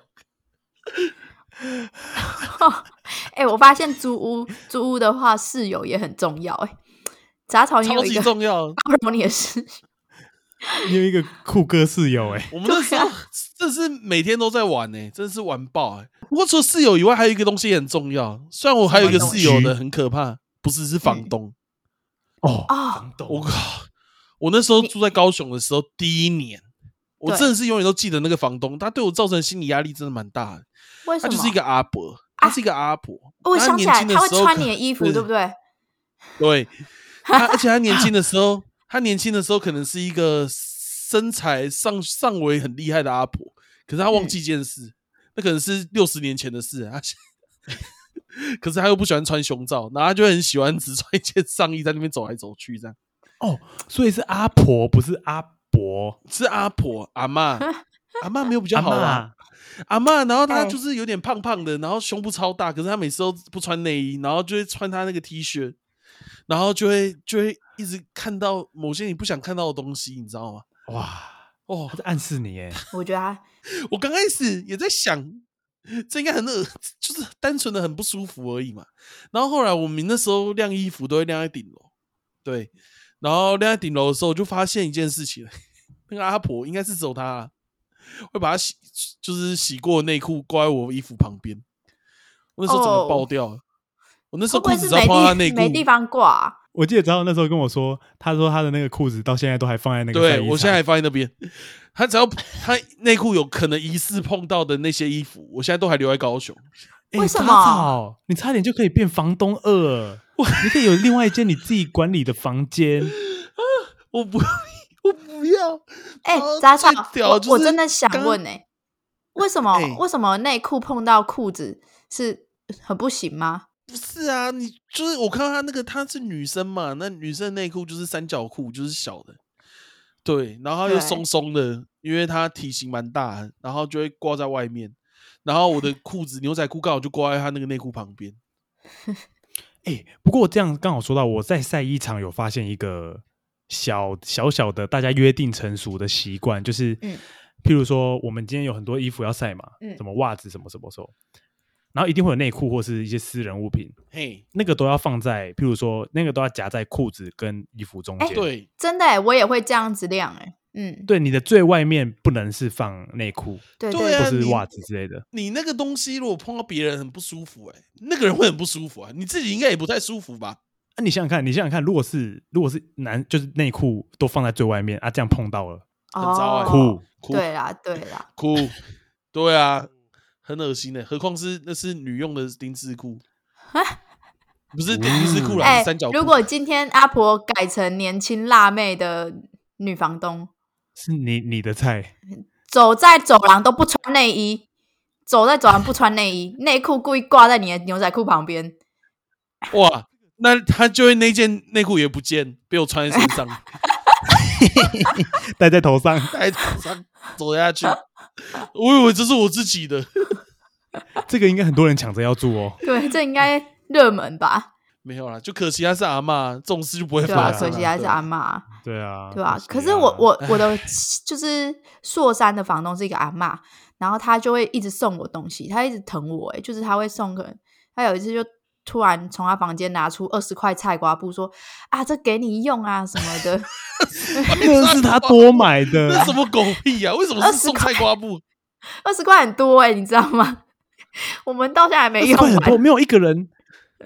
S1: 哎、我发现租屋租屋的话，室友也很重要、哎，杂草也
S2: 超
S1: 有一
S2: 级
S1: 个
S2: 重要。
S1: 包 [laughs] 容你的室友，
S3: 你有一个酷哥室友哎、
S2: 我们那时候
S1: 啊
S2: 真是每天都在玩呢、真是玩爆哎、不过除了室友以外，还有一个东西也很重要。虽然我还有一个室友
S3: 什么
S2: 的
S3: 东
S2: 很可怕，不是是
S1: 嗯
S2: 房东。
S3: 哦，
S1: 哦，
S2: 我靠！我那时候住在高雄的时候，第一年，我
S1: 对
S2: 真的是永远都记得那个房东，他对我造成心理压力真的蛮大的。
S1: 为什么？
S2: 他
S1: 啊哦
S2: 就是一个阿伯，她是一个阿婆。
S1: 我想起来，
S2: 她
S1: 他会
S2: 年轻的时候
S1: 穿
S2: 可
S1: 你的衣服，对不对？
S2: [laughs] 对，她而且她年轻的时候，她年轻的时候可能是一个身材上上围很厉害的阿婆，可是她忘记一件事，那可能是六十年前的事。她现 [laughs] 可是她又不喜欢穿胸罩，然后她就很喜欢只穿一件上衣在那边走来走去，这样
S3: 哦，所以是阿婆，不是阿伯。
S2: 是阿婆阿嬷，阿嬷没有比较
S3: 阿
S2: 好啊
S3: 嬷。
S2: 阿妈，然后她
S1: 对
S2: 就是有点胖胖的，然后胸部超大，可是她每次都不穿内衣，然后就会穿她那个 T 恤，然后就会就会一直看到某些你不想看到的东西，你知道吗？
S3: 哇，
S2: 哦
S3: 他，在暗示你哎，
S1: 我觉得他
S2: 我刚开始也在想，这应该很恶， [laughs] 就是单纯的很不舒服而已嘛。然后后来我们那时候晾衣服都会晾在顶楼，对，然后晾在顶楼的时候，我就发现一件事情，那个阿婆应该是只有她啊会把她洗，就是洗过的内裤挂在我衣服旁边。我那时候整
S1: 哦
S2: 个爆掉了，我那时
S1: 会
S2: 候
S1: 不
S2: 裤
S1: 会
S2: 子
S1: 是
S2: 只要
S1: 没
S2: 碰到她内
S1: 地
S2: 裤，
S1: 没地方挂啊、
S3: [laughs] 我记得张浩那时候跟我说，他说他的那个裤子到现在都还放在那个晒
S2: 对
S3: 衣场。
S2: 我现在还放在那边。她只要她内裤有可能疑似碰到的那些衣服，我现在都还留在高雄。
S3: 哎
S1: 为什么
S3: 打扫你差点就可以变房东二，你可以有另外一间你自己管理的房间。
S2: 我不， [laughs] 我不要。
S1: 哎、
S2: 哦
S1: 杂草
S2: 最，屌
S1: 我
S2: 就是
S1: 我真的想
S2: 刚
S1: 问哎、为什么、
S2: 哎
S1: 为什么内裤碰到裤子是很不行吗？
S2: 不是啊，你就是我看到她那个，她是女生嘛，那女生内裤就是三角裤，就是小的，对，然后又
S1: 对
S2: 松松的，因为她体型蛮大的，然后就会挂在外面。然后我的裤子牛仔裤刚好就挂在她那个内裤旁边，
S3: 哎、不过这样刚好说到，我在晒衣场有发现一个小小小的大家约定成熟的习惯，就是，
S1: 嗯
S3: 譬如说我们今天有很多衣服要晒嘛，
S1: 嗯
S3: 什么袜子什么什么时候，然后一定会有内裤或是一些私人物品，
S2: 嘿，
S3: 那个都要放在，譬如说那个都要夹在裤子跟衣服中间，
S2: 对，
S1: 真的哎、我也会这样子晾哎、嗯，
S3: 对，你的最外面不能是放内裤
S1: 对
S2: 对啊
S3: 或
S1: 对，
S3: 是
S2: 你
S3: 袜子之类的，
S2: 你那个东西如果碰到别人很不舒服、哎，那个人会很不舒服啊，你自己应该也不太舒服吧？
S3: 那、啊你想想看，你想想看，如果是如果是男就是内裤都放在最外面啊，这样碰到了
S2: 很糟哎
S1: 哦
S3: 裤，
S2: 哭
S1: 对啦对啦，
S2: 哭，对啊，很恶心的、欸何况是那是女用的丁字裤， [laughs] 不是丁字裤啦，
S1: 哎、
S2: 是三角裤。
S1: 如果今天阿婆改成年轻辣妹的女房东，
S3: 是你你的菜。 [laughs]
S1: 走在走廊都不穿内衣，走在走廊不穿内衣，内裤故意挂在你的牛仔裤旁边，
S2: 哇，那他就会那件内裤也不见，被我穿在身上， [laughs]
S3: 戴在头上。
S2: 带头上走下去。我以为这是我自己的，
S3: 这个应该很多人抢着要住哦。
S1: 对，这应该热门吧？
S2: 没有啦，就可惜他是阿嬷，这种事就不会
S1: 对
S2: 发
S1: 啊，
S2: 生
S3: 对
S1: 可惜
S2: 啦。
S3: 啊
S1: 还是
S2: [laughs] 对 [laughs]
S1: 阿妈。
S3: 对啊
S1: 对啊，可是我我我的就是硕山的房东是一个阿嬷，然后她就会一直送我东西，她一直疼我、欸，就是她会送个，她有一次就突然从她房间拿出二十块菜瓜布，说啊这给你用啊什么的，
S3: 那是他多买的
S2: [laughs]
S3: [laughs]
S2: 那什么狗屁呀、啊？为什么是送菜瓜布？
S1: 二十块很多哎、你知道吗？ [laughs] 我们到现在还没
S3: 二十
S1: 用
S3: 块很多，
S1: 完，
S3: 没有一个人，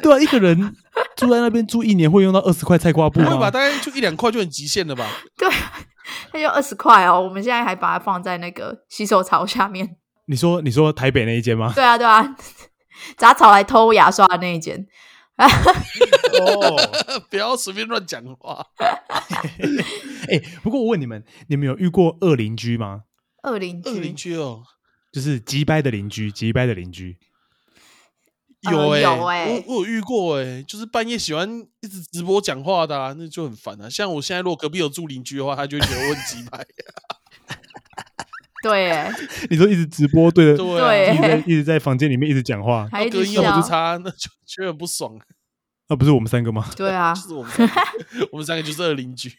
S3: 对啊，一个人住在那边住一年会用到二十块菜瓜布
S2: 不会吧？
S3: 吗？
S2: 大概就一两块就很极限了吧？ [laughs]
S1: 对，那就二十块哦，我们现在还把它放在那个洗手槽下面。 [laughs]
S3: 你说你说台北那一间吗？
S1: 对啊对啊，杂草来偷牙刷的那一间，
S3: [laughs] 哦，
S2: 不要随便乱讲话。
S3: [laughs] 哎，不过我问你们，你们有遇过恶邻居吗？
S1: 二邻
S2: 恶邻
S1: 居
S2: 居哦，
S3: 就是急掰的邻居，急掰的邻居，
S1: 呃
S2: 有哎、
S1: 有欸
S2: 我我有遇过哎、就是半夜喜欢一直直播讲话的、啊，那就很烦啊。像我现在如果隔壁有住邻居的话，他就会觉得我很鸡排。
S1: 对、欸，
S3: 你说一直直播对着，
S2: 对
S1: [laughs] 对
S2: 啊，
S3: 一直在一直在房间里面一直讲话，
S1: 还一
S2: 隔
S1: 直
S2: 音又不
S1: 笑，
S2: 差，那就觉得很不爽。啊
S3: 那啊不是我们三个吗？
S1: 对啊
S2: 就，是我们
S1: [laughs]
S2: 三个我们三个就是二邻居，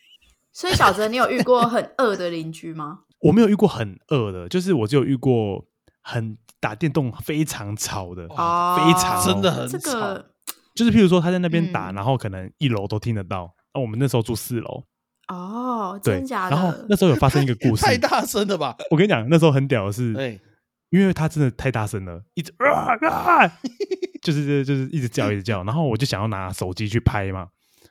S1: 所以小泽，你有遇过很恶的邻居
S3: [laughs]
S1: 吗？
S3: 我没有遇过很恶的，就是我只有遇过很打电动非常吵的，
S1: 哦，
S3: 非常
S2: 真的很
S1: 这
S2: 吵。
S1: 个
S3: 就是譬如说他在那边打，
S1: 嗯
S3: 然后可能一楼都听得到。那、我们那时候住四楼，
S1: 哦，
S3: 对
S1: 真，假的？
S3: 然后那时候有发生一个
S1: [laughs]
S3: 故事，
S2: 太大声了吧？
S3: 我跟你讲，那时候很屌的是，
S2: 哎，
S3: 因为他真的太大声了，一直啊啊，就是就是一直叫一直叫，然后我就想要拿手机去拍嘛，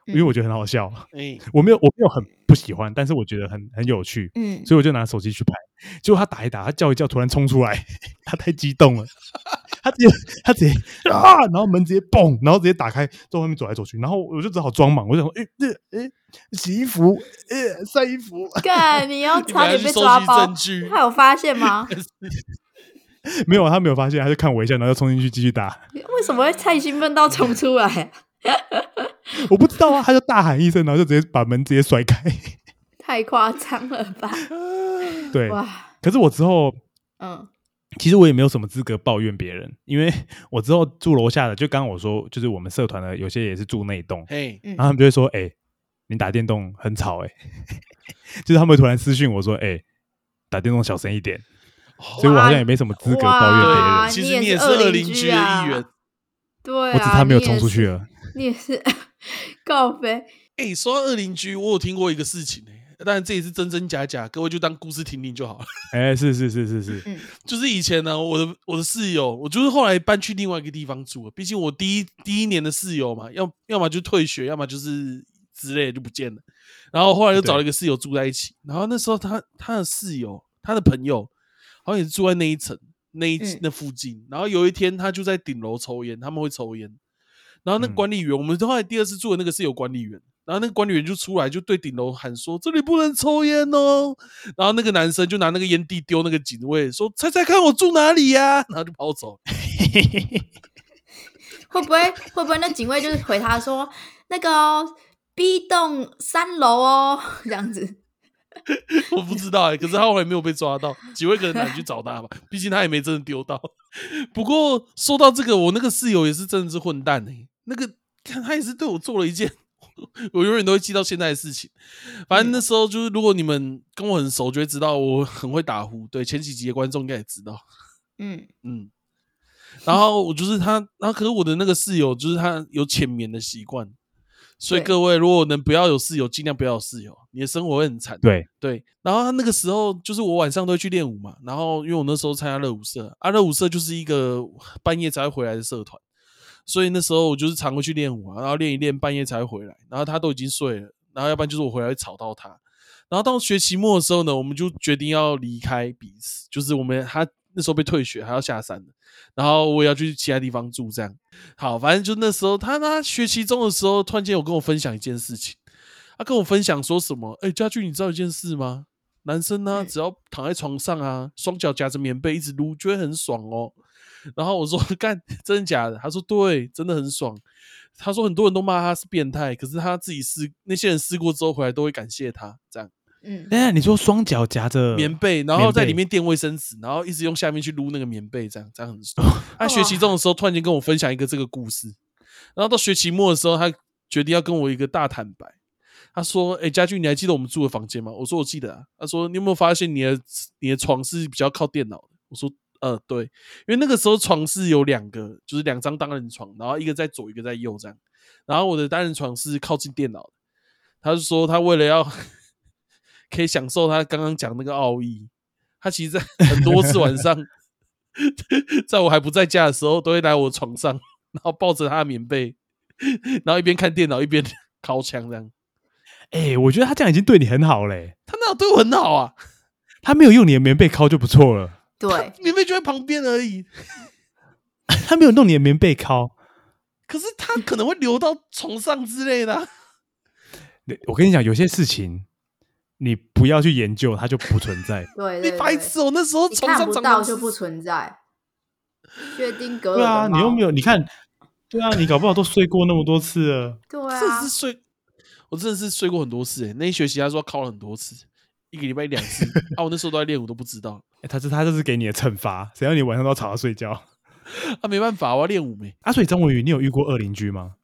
S3: 因为我觉得很好笑，
S1: [laughs]
S2: 哎，
S3: 我没有我没有很不喜欢，但是我觉得很很有趣，
S1: 嗯，
S3: 所以我就拿手机去拍，结果他打一打，他叫一叫，突然冲出来，他太激动了，他直接他直接啊，然后门直接嘣，然后直接打开，在外面走来走去，然后我就只好装忙，我就想说，哎、这哎、洗衣服，哎、晒衣服， [laughs]
S1: 干，你要
S2: 你
S1: 差
S2: 本来
S1: 点
S2: 去
S1: 被
S2: 收
S1: 抓
S2: 集
S1: 包，
S2: 证据，
S1: [laughs] 他有发现
S3: [laughs]
S1: 吗？
S3: 没有啊，他没有发现，他就看我一下，然后就冲进去继续打。
S1: 为什么会太兴奋到冲出来？啊
S3: 我不知道啊，他就大喊一声，然后就直接把门直接甩开。
S1: 太夸张了吧！
S3: [laughs] 对，
S1: 哇，
S3: 可是我之后
S1: 嗯，
S3: 其实我也没有什么资格抱怨别人，因为我之后住楼下的，就刚刚我说，就是我们社团的有些也是住那一栋，
S2: 嘿，
S1: 嗯
S3: 然后他们就会说：“哎、你打电动很吵、欸。”哎， [laughs] 就是他们突然私讯我说：“哎、打电动小声一点。”所以我好像也没什么资格抱怨别
S1: 哇
S3: 人，
S2: 其
S1: 你
S2: 实
S1: 也
S2: 你
S1: 是
S2: 也是
S1: 恶
S2: 恶
S1: 邻
S2: 邻
S1: 居
S2: 居的
S1: 啊
S2: 一员。
S1: 对啊，
S3: 我只是他没有冲
S1: 你
S3: 出
S1: 也
S3: 去
S1: 是，
S3: 了。
S1: 你也是 [laughs] 告白。
S2: 哎，说到恶邻居，我有听过一个事情哎，当然这也是真真假假，各位就当故事听听就好了。
S3: 哎、是是是是是，
S1: 嗯
S2: 就是以前呢，我的我的室友，我就是后来搬去另外一个地方住了。毕竟我第一第一年的室友嘛，要要么就退学，要么就是之类的就不见了。然后后来就找了一个室友住在一起。然后那时候他他的室友，他的朋友好像也是住在那一层那一、
S1: 嗯
S2: 那附近。然后有一天他就在顶楼抽烟，他们会抽烟。然后那个
S3: 嗯
S2: 管理员，我们后来第二次住的那个是有管理员，然后那个管理员就出来就对顶楼喊说：“这里不能抽烟哦。”然后那个男生就拿那个烟蒂丢那个警卫，说：“猜猜看我住哪里呀、然后就跑走。
S1: 会不会会不会那警卫就是回他说那个哦 B 栋三楼哦 [laughs] 这样子？
S2: 我不知道哎、可是他后来没有被抓到，警卫可能懒得去找他吧，毕竟他也没真的丢到。 [laughs] 不过说到这个，我那个室友也是真的是混蛋哎、那个看他也是对我做了一件 [laughs] 我永远都会记到现在的事情。反正那时候就是，如果你们跟我很熟，就会知道我很会打呼。对，前几集的观众应该也知道。
S1: 嗯
S2: 嗯，然后我就是他，然后可是我的那个室友就是他有浅眠的习惯，所以
S1: 对
S2: 各位如果能不要有室友，尽量不要有室友，你的生活会很惨。
S3: 对，
S2: 对，然后他那个时候就是我晚上都会去练舞嘛，然后因为我那时候参加热舞社，啊，热舞社就是一个半夜才会回来的社团，所以那时候我就是常会去练舞啊，然后练一练半夜才会回来，然后他都已经睡了，然后要不然就是我回来会吵到他，然后到学期末的时候呢，我们就决定要离开彼此，就是我们他那时候被退学，还要下山了，然后我也要去其他地方住，这样。好，反正就那时候他他学期中的时候，突然间有跟我分享一件事情，他啊跟我分享说什么？哎、家俊，你知道一件事吗？男生呢、
S1: 嗯
S2: 只要躺在床上啊，双脚夹着棉被一直撸，就会很爽哦。然后我说 [laughs] 干，真的假的？他说对，真的很爽。他说很多人都骂他是变态，可是他自己试，那些人试过之后回来都会感谢他，这样。
S1: 嗯，
S3: [laughs] 哎、你说双脚夹着
S2: 棉被，然后在里
S3: 呃棉被
S2: 面垫卫生纸，然后一直用下面去撸那个棉被，这样这样很爽。他学期中的时候突然间跟我分享一个这个故事，然后到学期末的时候，他决定要跟我一个大坦白。他说：“哎、家俊，你还记得我们住的房间吗？”我说：“我记得啊。”他说：“你有没有发现你的你的床是比较靠电脑的？”我说：“呃，对，因为那个时候床是有两个，就是两张单人床，然后一个在左，一个在右这样。然后我的单人床是靠近电脑的。”他就说他为了要 [laughs] 可以享受他刚刚讲那个奥义，他其实在很多次晚上，在我还不在家的时候，都会来我床上，然后抱着他的棉被，然后一边看电脑一边 [laughs] 敲枪这样。
S3: 哎、我觉得他这样已经对你很好嘞、欸
S2: 他那对我很好啊，
S3: 他没有用你的棉被敲就不错了，
S1: 对，
S2: 棉被就在旁边而已。
S3: 他没有弄你的棉被敲。
S2: 可是他可能会流到床上之类的啊、
S3: 你我跟你讲，有些事情你不要去研究，它就不存
S1: [laughs]
S3: 在。
S1: 对
S2: 你
S1: 对
S2: 白
S1: 对
S2: 痴哦！那时候 [laughs]
S1: 你
S2: 床
S1: 看
S2: 上
S1: 不
S2: 常
S1: 到
S2: 常
S1: 就是不存在。薛定格
S3: 对
S1: 尔
S3: 啊，
S1: 的
S3: 你又没
S1: 有
S3: 有，你看，对啊，你搞不好都睡过那么多次了。
S1: 对
S2: 真的
S1: 啊
S2: 是，睡，我真的是睡过很多次、欸。那一学期他说考了很多次，一个礼拜一两次。啊，我那时候都在练舞，都不知道。
S3: 欸他这他这是给你的惩罚，谁让你晚上都要吵他睡觉
S2: 啊，没办法，我要练舞没。
S3: 啊？所以张文宇，你有遇过恶邻居吗？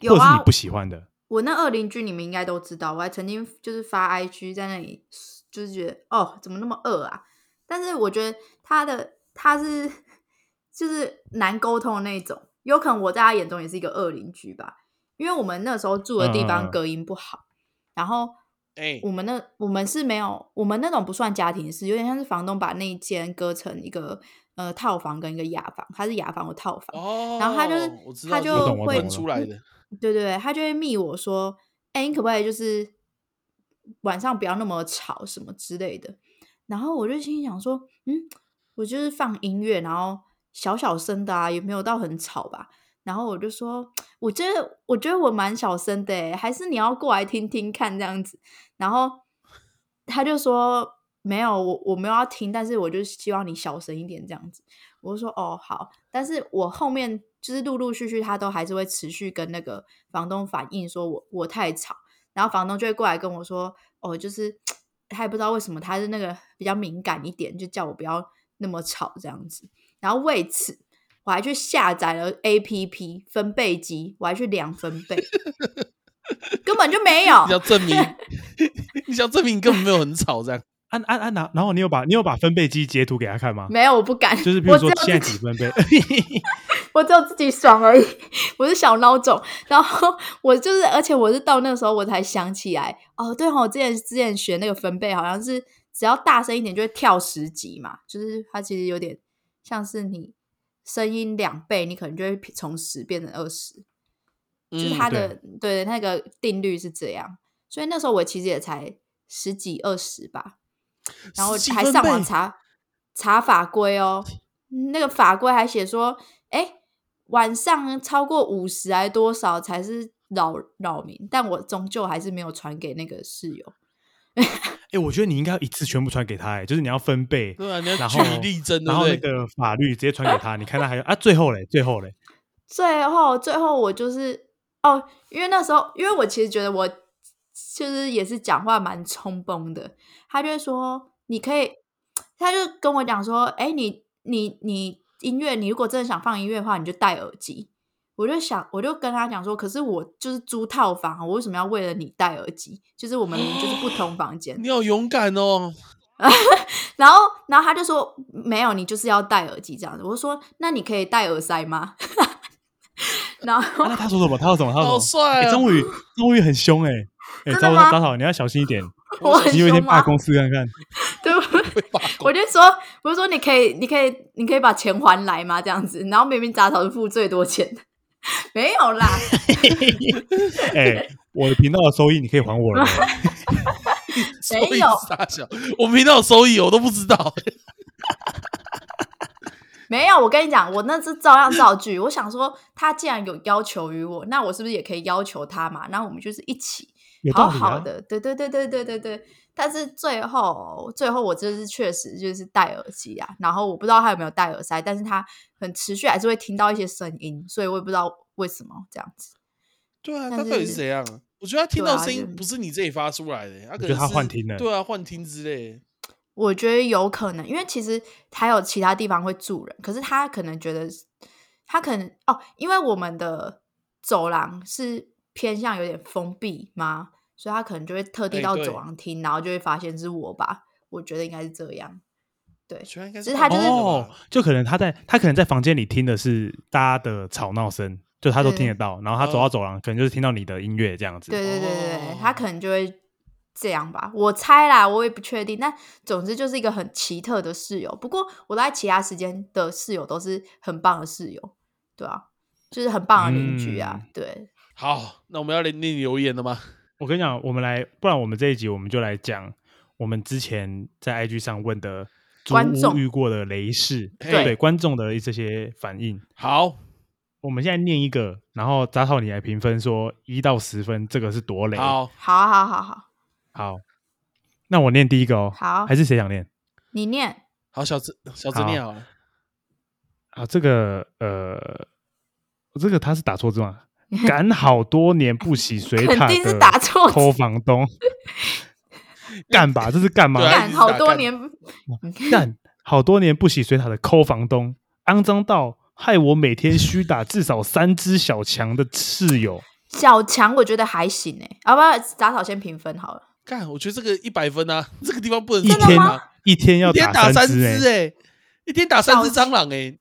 S1: 有
S3: 或者是
S1: 啊
S3: 你不，喜欢的？
S1: 我那二邻居你们应该都知道，我还曾经就是发 IG 在那里，就是觉得哦，怎么那么恶啊？但是我觉得他的他是就是难沟通的那种，有可能我在他眼中也是一个恶邻居吧，因为我们那时候住的地
S3: 嗯嗯
S1: 方
S3: 嗯
S1: 隔音不好，然后
S2: 哎、
S1: 我们那我们是没有，我们那种不算家庭式，有点像是房东把那一间割成一个呃套房跟一个雅房，它是雅房和套房，
S2: 哦，
S1: 然后他就是
S2: 我知
S1: 他
S2: 道
S1: 就
S3: 我懂我
S1: 会
S3: 懂
S2: 喷出来的，
S1: 对对对，他就会密我说，哎、你可不可以就是晚上不要那么吵什么之类的。然后我就心里想说，嗯，我就是放音乐，然后小小声的啊，也没有到很吵吧。然后我就说，我觉得我觉得我蛮小声的欸，还是你要过来听听看这样子。然后他就说没有，我我没有要听，但是我就希望你小声一点这样子。我就说哦好，但是我后面就是陆陆续续他都还是会持续跟那个房东反映说我我太吵，然后房东就会过来跟我说哦，就是他也不知道为什么他是那个比较敏感一点，就叫我不要那么吵这样子。然后为此我还去下载了 A P P 分贝机，我还去量分贝，根本就没有
S2: 你。想证明，
S1: [laughs]
S2: 你想证明你根本没有很吵这样。
S3: 按按按拿，啊然后你有把你有把分贝机截图给他看吗？
S1: 没有，我不敢。
S3: 就是比
S1: 我
S3: 如
S1: 只
S3: 说
S1: 有
S3: 现在
S1: 自己
S3: 几分贝，
S1: [laughs] 我只有自己爽而已，我是小孬种。然后我就是，而且我是到那个时候我才想起来，哦，对哦，我之前之前学那个分贝好像是只要大声一点就会跳十级嘛，就是它其实有点像是你声音两倍，你可能就会从十变成二十，就是
S2: 嗯
S1: 它的、对那个定律是这样。所以那时候我其实也才十几二十吧，然后我
S2: 十几
S1: 还
S2: 分
S1: 上网
S2: 贝
S1: 查查法规哦，那个法规还写说，哎，晚上超过五十还多少才是扰扰民，但我终究还是没有传给那个室友。
S3: 哎，我觉得你应该要一次全部传给他，哎，就是你要分贝，
S2: 对啊，你要
S3: 然
S2: 据
S3: 后
S2: 理力争，对
S3: 然
S2: 不
S3: 后那
S2: 对？
S3: 个法律直接传给他，你看他还有啊，最后嘞，最
S1: [laughs]
S3: 后嘞，
S1: 最后，最后我就是哦，因为那时候，因为我其实觉得我就是也是讲话蛮冲崩的，他就会说你可以，他就跟我讲说，哎，你你你音乐，你如果真的想放音乐的话，你就戴耳机。我就想，我就跟他讲说，可是我就是租套房啊，我为什么要为了你戴耳机？就是我们明明就是不同房间，
S2: [laughs] 你好勇敢哦！
S1: 然后，然后他就说没有，你就是要戴耳机这样子。我就说那你可以戴耳塞吗？ [laughs] 然后
S3: 啊那他说什么？他说什么？他
S2: 好
S3: 说什么？
S2: 帅
S3: 哎，
S2: 啊！
S3: 张宇，张宇很凶哎，哎，
S1: 真的
S3: 张
S1: 吗
S3: 张好，你要小心一点，
S1: 我 [laughs] 很
S3: 你有一
S1: 凶
S3: 天
S1: 吗
S3: 罢？工试看看。
S1: [laughs] 对不对？我就说，我就说你可以，你可以，你可以把钱还来吗？这样子。然后明明杂草是付最多钱的， [laughs] 没有
S3: [laughs]
S1: 啦，
S3: 哎，我的频道的收益你可以还
S1: 哦
S3: 我了没，
S2: 收 [laughs]
S1: 没
S2: 益
S1: 有
S2: 傻小，我频道有收益我都不
S1: [laughs]
S2: 知道。
S1: 没有。我跟你讲，我那是照样造句。我想说，他既然有要求于我，那我是不是也可以要求他嘛？那我们就是一起。
S3: 有
S1: 好
S3: 道理
S1: 好
S3: 啊。
S1: 的，对对对对对对对。但是最后，最后我就是确实就是戴耳机啊，然后我不知道他有没有戴耳塞，但是他很持续还是会听到一些声音，所以我也不知道为什么这样子。
S2: 对啊，
S1: 但
S2: 他到底
S1: 是
S2: 是怎样啊？我觉得他听
S1: 对啊
S2: 到声
S1: 就
S2: 音不是你这里发出来的，他可能
S3: 觉得他
S2: 是
S3: 幻听了
S2: 对啊，幻听之类的。
S1: 我觉得有可能，因为其实还有其他地方会住人，可是他可能觉得他可能哦，因为我们的走廊是偏向有点封闭嘛，所以他可能就会特地
S2: 哎
S1: 到
S2: 对
S1: 走廊听，然后就会发现是我吧。我觉得应该是这样。对，
S2: 居然应该
S1: 只是他就是
S3: 哦
S2: 哦，，
S3: 就可能他在他可能在房间里听的是大家的吵闹声，就他都听得到，然后他走到走廊，可能就是听到你的音乐这样子。
S1: 对对对对对，他
S2: 哦
S1: 可能就会这样吧，我猜啦，我也不确定。但总之就是一个很奇特的室友。不过我在其他时间的室友都是很棒的室友，对啊，就是很棒的邻居啊，
S3: 嗯
S1: 对，
S2: 好，那我们要念念留言了吗？
S3: 我跟你讲，我们来，不然我们这一集我们就来讲我们之前在 IG 上问的租
S1: 观众
S3: 屋遇过的雷事，
S2: 对
S3: 对观众的这些反应。
S2: 好，
S3: 我们现在念一个，然后杂草你来评分，说一到十分，这个是多雷。
S2: 好，
S1: 好好好好
S3: 好，那我念第一个哦。
S1: 好
S3: 还是谁想念？
S1: 你念
S2: 好，小子，小子
S3: 好
S2: 念好了。
S3: 啊，这个呃，这个他是打错
S1: [laughs]
S3: 字吗？赶好多年不洗水
S1: 肯
S3: 塔
S1: 定是
S3: 的
S1: 打错字
S3: 偷房
S1: [laughs]
S3: 东，干吧，这是干嘛
S2: 对？啊
S1: 干
S2: 一直
S1: 好
S2: 打
S1: 多
S2: 干
S1: 年，
S3: 干好多年不洗水塔的抠房东，肮脏到害我每天虚打至少三只小强的室友。
S1: 小强我觉得还行哎、要不要杂草先评分好了？
S2: 干，我觉得这个一百分啊，这个地方不能啊
S3: 一
S2: 再
S1: 真的
S3: 天
S2: 打
S1: 吗
S2: 了
S3: 一天要
S2: 一天打三
S3: 三
S2: 只
S3: 哎、
S2: 哎，一天打三只
S1: 小
S2: 蟑螂哎，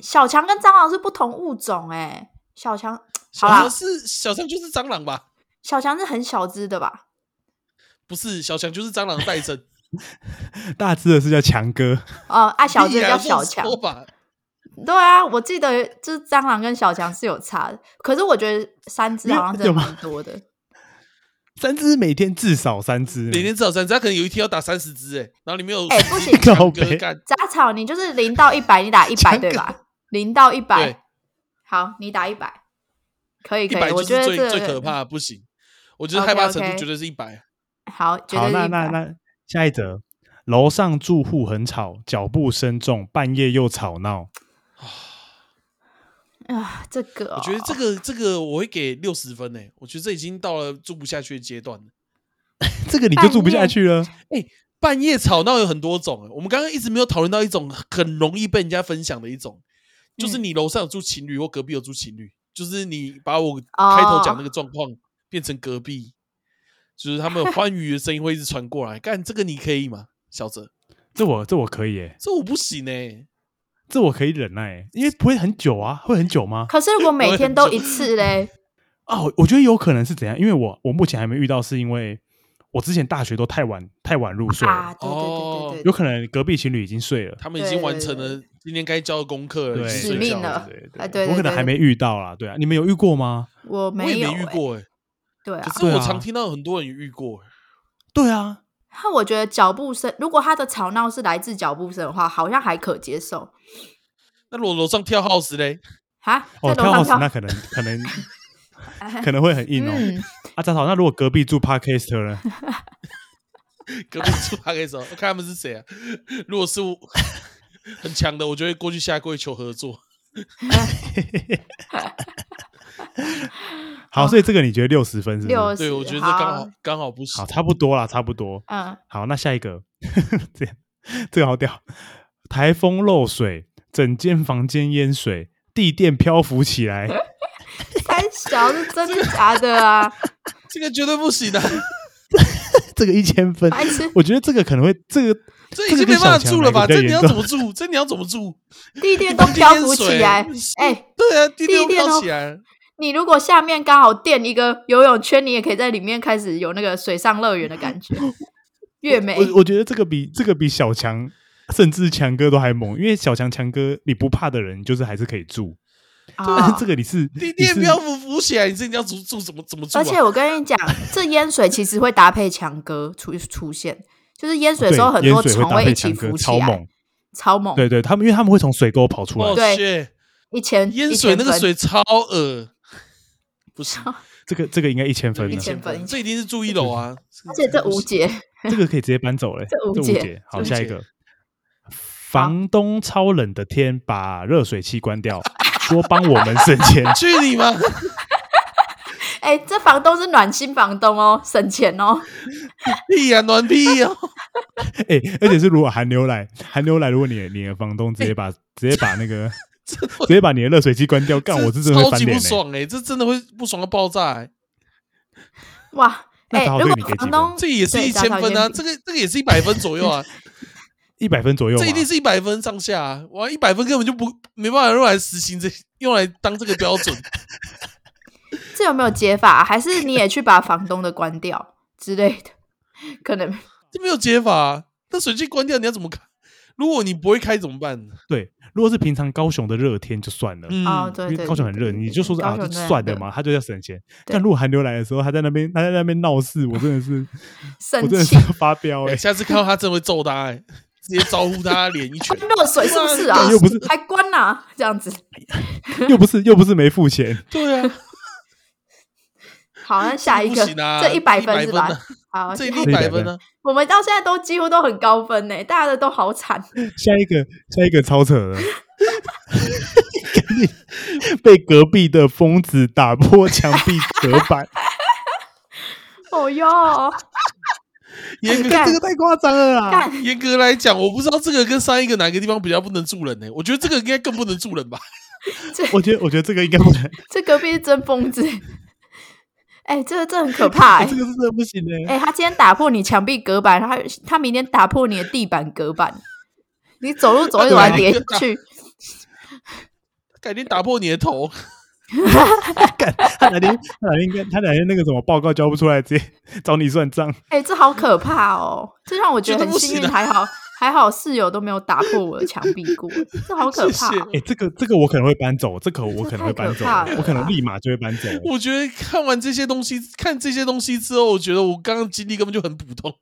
S1: 小强跟蟑螂是不同物种哎、小强
S2: 小
S1: 好啦
S2: 强是小强就是蟑螂吧？
S1: 小强是很小只的吧？
S2: 不是，小强就是蟑螂代称。欸
S3: 大只的是叫强哥，
S1: 哦、啊， [laughs] 小只
S2: 必然
S1: 叫
S2: 不
S1: 小强，
S2: 说
S3: [laughs]
S2: 吧，
S1: 对啊，我记得就是蟑螂跟小强是有差的，可是我觉得三只好像真的
S3: 有吗
S1: 蛮多的。
S3: 三支每天至少三支呢，
S2: 每天至少三支，他可能有一天要打三十支哎，然后里面有
S1: 哎
S3: [laughs]
S1: 不行
S2: 10
S3: 靠
S2: 哥
S3: 北
S2: 干
S1: 杂草，你就是零到一百，你打一百
S3: 强
S1: 对吧？零到一
S2: 对
S1: 百，好，你打一百，可以
S2: 一
S1: 可
S2: 百
S1: 以，我
S2: 就
S1: 觉得
S2: 是最
S1: 这个
S2: 最可怕的，不行，我觉得害怕程度
S1: OK，OK
S2: 绝对是一百。
S1: 好，绝
S3: 好，
S1: 对
S3: 那
S1: 是
S3: 那
S1: 100
S3: 那下一则，楼上住户很吵，脚步声重，半夜又吵闹。
S1: 啊，这个
S2: 我觉得
S1: 哦
S2: 这个这个我会给六十分诶、我觉得这已经到了住不下去的阶段了。
S3: 这个你就住不
S1: 半
S3: 下
S1: 夜
S3: 去了，
S2: 半夜吵闹有很多种欸，我们刚刚一直没有讨论到一种很容易被人家分享的一种，就是
S1: 嗯
S2: 你楼上有住情侣或隔壁有住情侣，就是你把我开头讲那个状况变成隔壁，就是他们有欢愉的声音会一直传过来。干这个你可以吗，小哲？
S3: 这我这我可以耶、
S2: 这我不行哎、
S3: 这我可以忍耐耶、因为不会很久啊，会很久吗？
S1: 可是如果
S2: 我
S1: 每
S2: 也
S1: 天
S2: 很
S1: 都
S2: 久
S1: 一次嘞，
S3: 哦，我觉得有可能是怎样，因为我我目前还没遇到，是因为我之前大学都太晚太晚入睡了，
S1: 啊，对
S2: 哦
S1: 对对对
S3: 有
S1: 对
S3: 可能隔壁情侣已经睡了，
S2: 他们已经完成
S1: 对
S2: 了今天该交的功课了，
S3: 对，
S2: 去
S1: 使
S2: 睡
S1: 命
S2: 觉
S1: 了
S3: 对
S1: 啊对
S3: 我
S1: 对
S3: 可
S1: 对
S3: 能还没遇到啦，对啊，你们有遇过吗？
S1: 对，我
S2: 我
S1: 没
S2: 也
S1: 有
S2: 没遇
S1: 欸，
S2: 过哎、
S1: 对啊
S2: 可，是我
S3: 对啊
S2: 常听到很多人遇过欸、
S3: 对啊，
S1: 那我觉得脚步声，如果他的吵闹是来自脚步声的话，好像还可接受
S2: 那如果楼上跳 house 嘞，
S1: 啊，
S3: 哦，
S1: 在
S3: 跳
S1: 楼上
S3: house
S1: 跳
S3: 那可能
S1: [laughs]
S3: 可能可能会很硬哦。
S1: 嗯，
S3: 啊，张好，那如果隔壁住 Parkcaster
S1: [laughs]
S3: 呢？
S2: 隔壁住他可以 [laughs] 说，看他们是谁啊？如果是我 [laughs] 很强的，我就会过去下跪求合作。
S3: 好，所以这个你觉得六十分是不是？
S1: 哦六
S2: 对，
S1: 十
S2: 我觉得这
S1: 好
S2: 刚好刚好不行
S3: 好，。差不多啦，差不多。
S1: 嗯，
S3: 好，那下一个， [laughs] 这样这个好屌，台风漏水，整间房间淹水，地垫漂浮起来。
S1: [laughs] 三小是真的假的啊？
S2: 这个绝对不
S3: [laughs]
S2: 行的，啊
S3: 这个一千分，
S1: 白痴，
S3: 我觉得这个可能会，这个
S2: 这
S3: 这
S2: 已
S3: 个
S2: 经没
S3: 跟小
S2: 办法
S3: 强
S2: 住
S3: 哪
S2: 了
S3: 个
S2: 吧？
S3: 比较
S2: 这你
S3: 严
S2: 要
S3: 重
S2: 怎么住？这你要怎么住？
S1: 地垫都漂浮起来
S2: 房间淹水，
S1: 哎、
S2: 对啊，地
S1: 地
S2: 垫
S1: 垫
S2: 飘
S1: 哦
S2: 起来，
S1: 你如果下面刚好垫一个游泳圈，你也可以在里面开始有那个水上乐园的感觉，越美。
S3: 我我觉得这个比这个比小强，甚至强哥都还猛，因为小强强哥你不怕的人，你就是还是可以住。但
S1: 啊
S3: 是 [laughs] 这个你是
S2: 地
S3: 你
S2: 垫
S3: 是
S2: 漂浮浮起来，你这 [laughs] 你要住住怎么怎么住
S1: 而
S2: 啊？
S1: 且我跟你
S3: [laughs]
S1: 讲，这淹水其实会搭配强哥出出现，就是淹水的时候
S3: 对
S1: 很
S3: 淹
S1: 多
S3: 水
S1: 虫
S3: 会搭配
S1: 一起
S3: 强哥，
S1: 浮起
S3: 超
S1: 来，
S3: 猛。
S1: 超猛，
S3: 对对，他们因为他们会从水沟跑出来
S2: 哦，，
S1: 对
S2: shit，
S1: 一千
S2: 淹水那个，
S1: 一
S2: 水超恶，不行，
S3: 这个这个应该一千分
S1: 一
S3: 了，
S1: 千分一千
S2: 这一定是住一楼啊。
S1: 千分而且这无解， [laughs]
S3: 这个可以直接搬走了，
S1: 这无
S3: 这无
S1: 解
S3: 解。好，
S2: 无
S3: 下一
S2: 解
S3: 个，房东超冷的天把热水器关掉，说帮我们省钱。 [laughs]
S2: 去你妈！
S1: 哎、这房东是暖心房东哦，省钱哦，
S2: 屁呀、暖屁啊 [laughs] 呀、
S3: 哎、而且是如果寒流来，寒流来，如果你的你的房东直接把、直接把
S2: [laughs]
S3: 那个直接把你的热水器关掉，干我是真的会
S2: 超
S3: 翻
S2: 级
S3: 脸、
S2: 不
S3: 欸。
S2: 爽哎、这真的会不爽到爆炸哎、
S1: 哇！
S3: 那
S1: 哎、
S3: 正好
S1: 如
S3: 对
S1: 果
S3: 你给几
S1: 房
S3: 分
S1: 东
S2: 这也是
S1: 对
S2: 一
S1: 杂
S2: 千
S1: 草
S2: 分啊，
S1: 比
S2: 这个这个也是一百分左
S3: [laughs]
S2: 右啊，
S3: 一百分左右嘛
S2: 这一，定是一百分上下啊！哇，一百分根本就不没办法用来实行这用来当这个标准， [laughs]
S1: 这有没有解法啊、还是你也去把房东的关掉之类的？ [laughs] 可能
S2: 这没有解法、啊。那水器关掉你要怎么开？如果你不会开怎么
S3: [laughs]
S2: 办？
S3: 对。如果是平常高雄的热天就算了，
S2: 嗯，
S1: 哦，对
S3: 因
S1: 对
S3: 为
S1: 对，
S3: 高雄很
S1: 对
S3: 热，你就说是啊，就算了，嘛，他就要省钱。
S1: 对
S3: 但如果寒流来的时候，他在那边他在那边闹事，我真的是
S1: 对
S3: 我
S1: 对对
S3: 真
S1: [laughs]
S3: 的
S1: 生
S3: 是 [laughs]
S1: 气。
S3: 发飙哎、
S1: [laughs]
S2: 欸
S3: 欸！
S2: 下次看到他真的会揍他、欸，直接招呼他脸一
S1: [laughs]
S2: 拳。
S1: 热水是不是啊
S3: 干？又不是
S1: 还关呐、这样子。
S3: 又不是又不是没付钱，
S2: 对啊，
S1: 好，
S2: [laughs]
S1: 那下一个，
S2: 不行啊
S1: 这一百分是吧
S2: 100分啊？
S1: 好，下
S2: 这一
S1: 一
S2: 定
S3: 这
S2: 一
S3: 一
S2: 百
S3: 百
S2: 分啊！
S1: 我们到现在都几乎都很高分呢，大家的都好
S2: [laughs]
S1: 惨。
S3: 下一个下一个超扯的，赶紧被隔壁的疯子打破墙壁隔板，
S1: 哦
S2: [laughs]
S1: 哟，
S2: 严
S1: [laughs]
S2: 格
S1: 干
S3: 这个太夸张了啦！
S1: 干
S2: 严格来讲，我不知道这个跟上一个哪个地方比较不能住人呢、欸我觉得这个应该更不能住人吧。
S3: 我觉得我觉得这个应该不能，
S1: 这隔壁是真疯子。哎，这这很可 [laughs]
S2: [laughs]
S1: 怕哎、
S3: 这个是真的不行的。
S1: 哎、他今天打破你墙壁隔板，他他明天打破你的地板隔板，你走路走一走
S2: 啊
S1: 还跌下去。
S2: 改天打破你的头，
S3: 他哪天他哪天应该他哪天那个什么报告交不出来，直接找你算账。
S1: 哎、这好可怕哦！这让我觉得
S2: 觉得
S1: 很
S2: 不
S1: 幸
S2: 行
S1: 运，
S2: 啊
S1: 还好还好室友都没有打破我的墙壁过，这
S2: [laughs]
S1: 好可怕
S2: 谢谢
S1: 哦。
S3: [laughs] 哎、这个这个我可能会搬走，这个我可能会搬
S1: 这
S3: 走
S1: 太可怕了，吧
S3: 我可能立马就会搬走。
S2: 我觉得看完这些东西，看这些东西之后，我觉得我刚刚经历根本就很普通。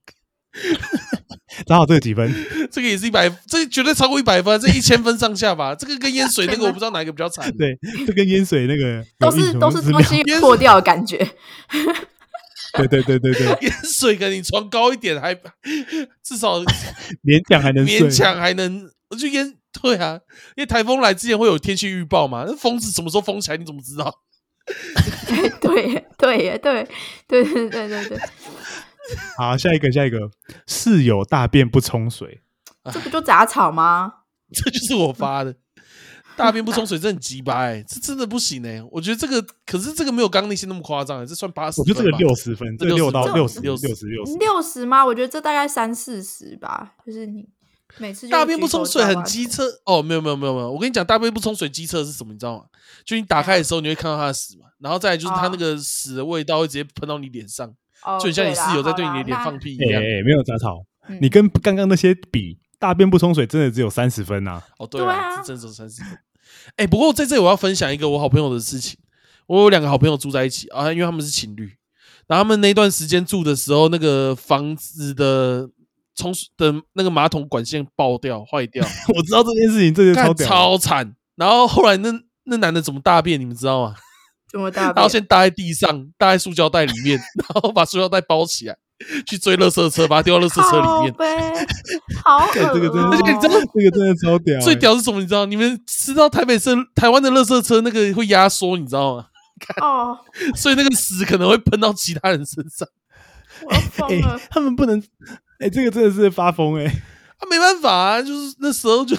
S3: 然后这个几分？
S2: [laughs] 这个也是一百，这个绝对超过一百分，啊这一千分上下吧。 [laughs] 这个跟淹水那个我不知道哪一个比较
S3: [laughs]
S2: 惨。
S3: 对，这跟烟水那个
S1: [laughs] 都
S3: 有异
S1: 是
S3: 曲
S1: 都
S3: 同
S1: 是
S3: 工之
S1: 东
S3: 妙
S1: 西破掉的感觉，
S3: [laughs] 对对对对对，
S2: 淹水跟你床高一点还至少
S3: 勉强还能睡。
S2: 勉强还能，我就淹对啊，因为台风来之前会有天气预报嘛，那风是什么时候封起来你怎么知道？
S1: 对 [laughs]
S2: [laughs]
S1: 对耶对耶对对对对对对，
S3: 好，下一个下一个，室友大便不冲水，
S1: 这不就杂草吗？
S2: 这就是我发的。大便不冲水，这很鸡巴哎，这真的不行哎、我觉得这个，可是这个没有刚刚那些那么夸张哎、这算八十。
S3: 我觉得这个六十分，
S2: 这
S3: 这六
S2: 60
S3: 到
S1: 分
S3: 六十
S2: 这
S3: 六十六十，
S1: 六十吗？我觉得这大概三四十吧，就是你每次就
S2: 大便不冲水
S1: 举啊手
S2: 很
S1: 抓
S2: 机
S1: 抓
S2: 车哦，没有没有没有没有，我跟你讲，大便不冲水机车是什么，你知道吗？就你打开的时候，你会看到它的屎嘛，然后再来就是它那个屎的味道会直接喷到你脸上，
S1: 哦
S2: 就很像你
S1: 对啦
S2: 室友在
S1: 好
S2: 对
S1: 啦
S2: 你的脸
S1: 那
S2: 放屁一
S3: 哎、
S2: 样。
S3: 哎没有杂草，
S1: 嗯
S3: 你跟刚刚那些比，大便不冲水真的只有三十分呐、啊。 [laughs]
S2: 哦，对
S1: 对
S2: 啊，
S1: 啊
S2: 是真是三十分。哎，不过在这里我要分享一个我好朋友的事情。我有两个好朋友住在一起啊，因为他们是情侣。然后他们那段时间住的时候，那个房子的冲水的那个马桶管线爆掉、坏掉，
S3: 我知道这件事情，这 [laughs] 就超
S2: 干
S3: 屌的，
S2: 超惨。然后后来那那男的怎么大便，你们知道吗？
S1: 这么大
S2: 然后
S1: 便，
S2: 先搭在地上，搭在塑胶袋里面， [laughs] 然后把塑胶袋包起来，去追垃圾车，把它丢到垃圾车里面
S1: 靠。
S2: [laughs]
S1: 背，好恶
S3: 干这个真的，
S1: 哦
S2: 而且你知道
S3: 这个真的超屌、
S2: 最
S3: 哎。
S2: 屌是什么？你知道？你们知道台北市台湾的垃圾车那个会压缩，你知道吗？ [laughs]
S1: 哦，
S2: 所以那个屎可能会喷到其他人身上。
S1: 我要疯
S3: 哎、
S1: 了。
S3: 他们不能，哎、这个真的是发疯哎、
S2: 啊，没办法啊，就是那时候就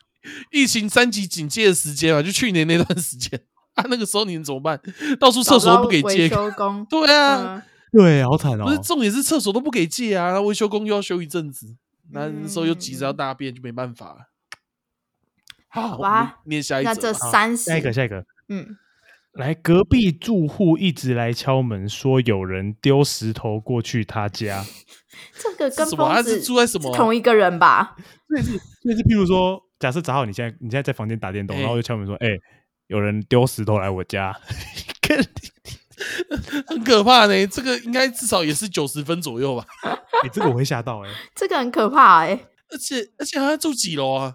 S2: [laughs] 疫情三级警戒的时间嘛，就去年那段时间 [laughs] 啊，那个时候你能怎么办？到处厕所都不给
S1: 找到
S2: 借
S1: 维。修工，
S2: 对啊，
S1: 嗯，
S3: 对，好惨哦、
S2: 不是重点是厕所都不给借啊，那维修工又要修一阵子，那那时候又急着要
S1: 嗯
S2: 大便，就没办法了。好，
S1: 好
S2: 我
S1: 吧
S2: 们念下一
S1: 那
S2: 则啊
S1: 这
S2: 吧。
S1: 三
S3: 下一个
S1: 十，
S3: 下一个，
S1: 嗯，
S3: 来，隔壁住户一直来敲门，说有人丢石头过去他
S2: [laughs]
S3: 家。
S1: 这个
S2: 是
S1: 跟
S2: 什么？他
S1: 疯
S2: 是
S1: 子
S2: 住在什么？啊
S1: 是同一个人吧？
S3: 所以是，所以是，譬如说，假设正好你现在你现在在房间打电动，
S2: 哎
S3: 然后就敲门说：“哎、有人丢石头来我
S2: [laughs]
S3: 家。
S2: 看 [laughs] 很可怕呢。这个应该至少也是九十分左右吧。
S3: 哎，这个我会吓
S2: [laughs]
S3: 到哎、
S1: 这个很可怕哎，
S2: 而且而且他住几楼啊？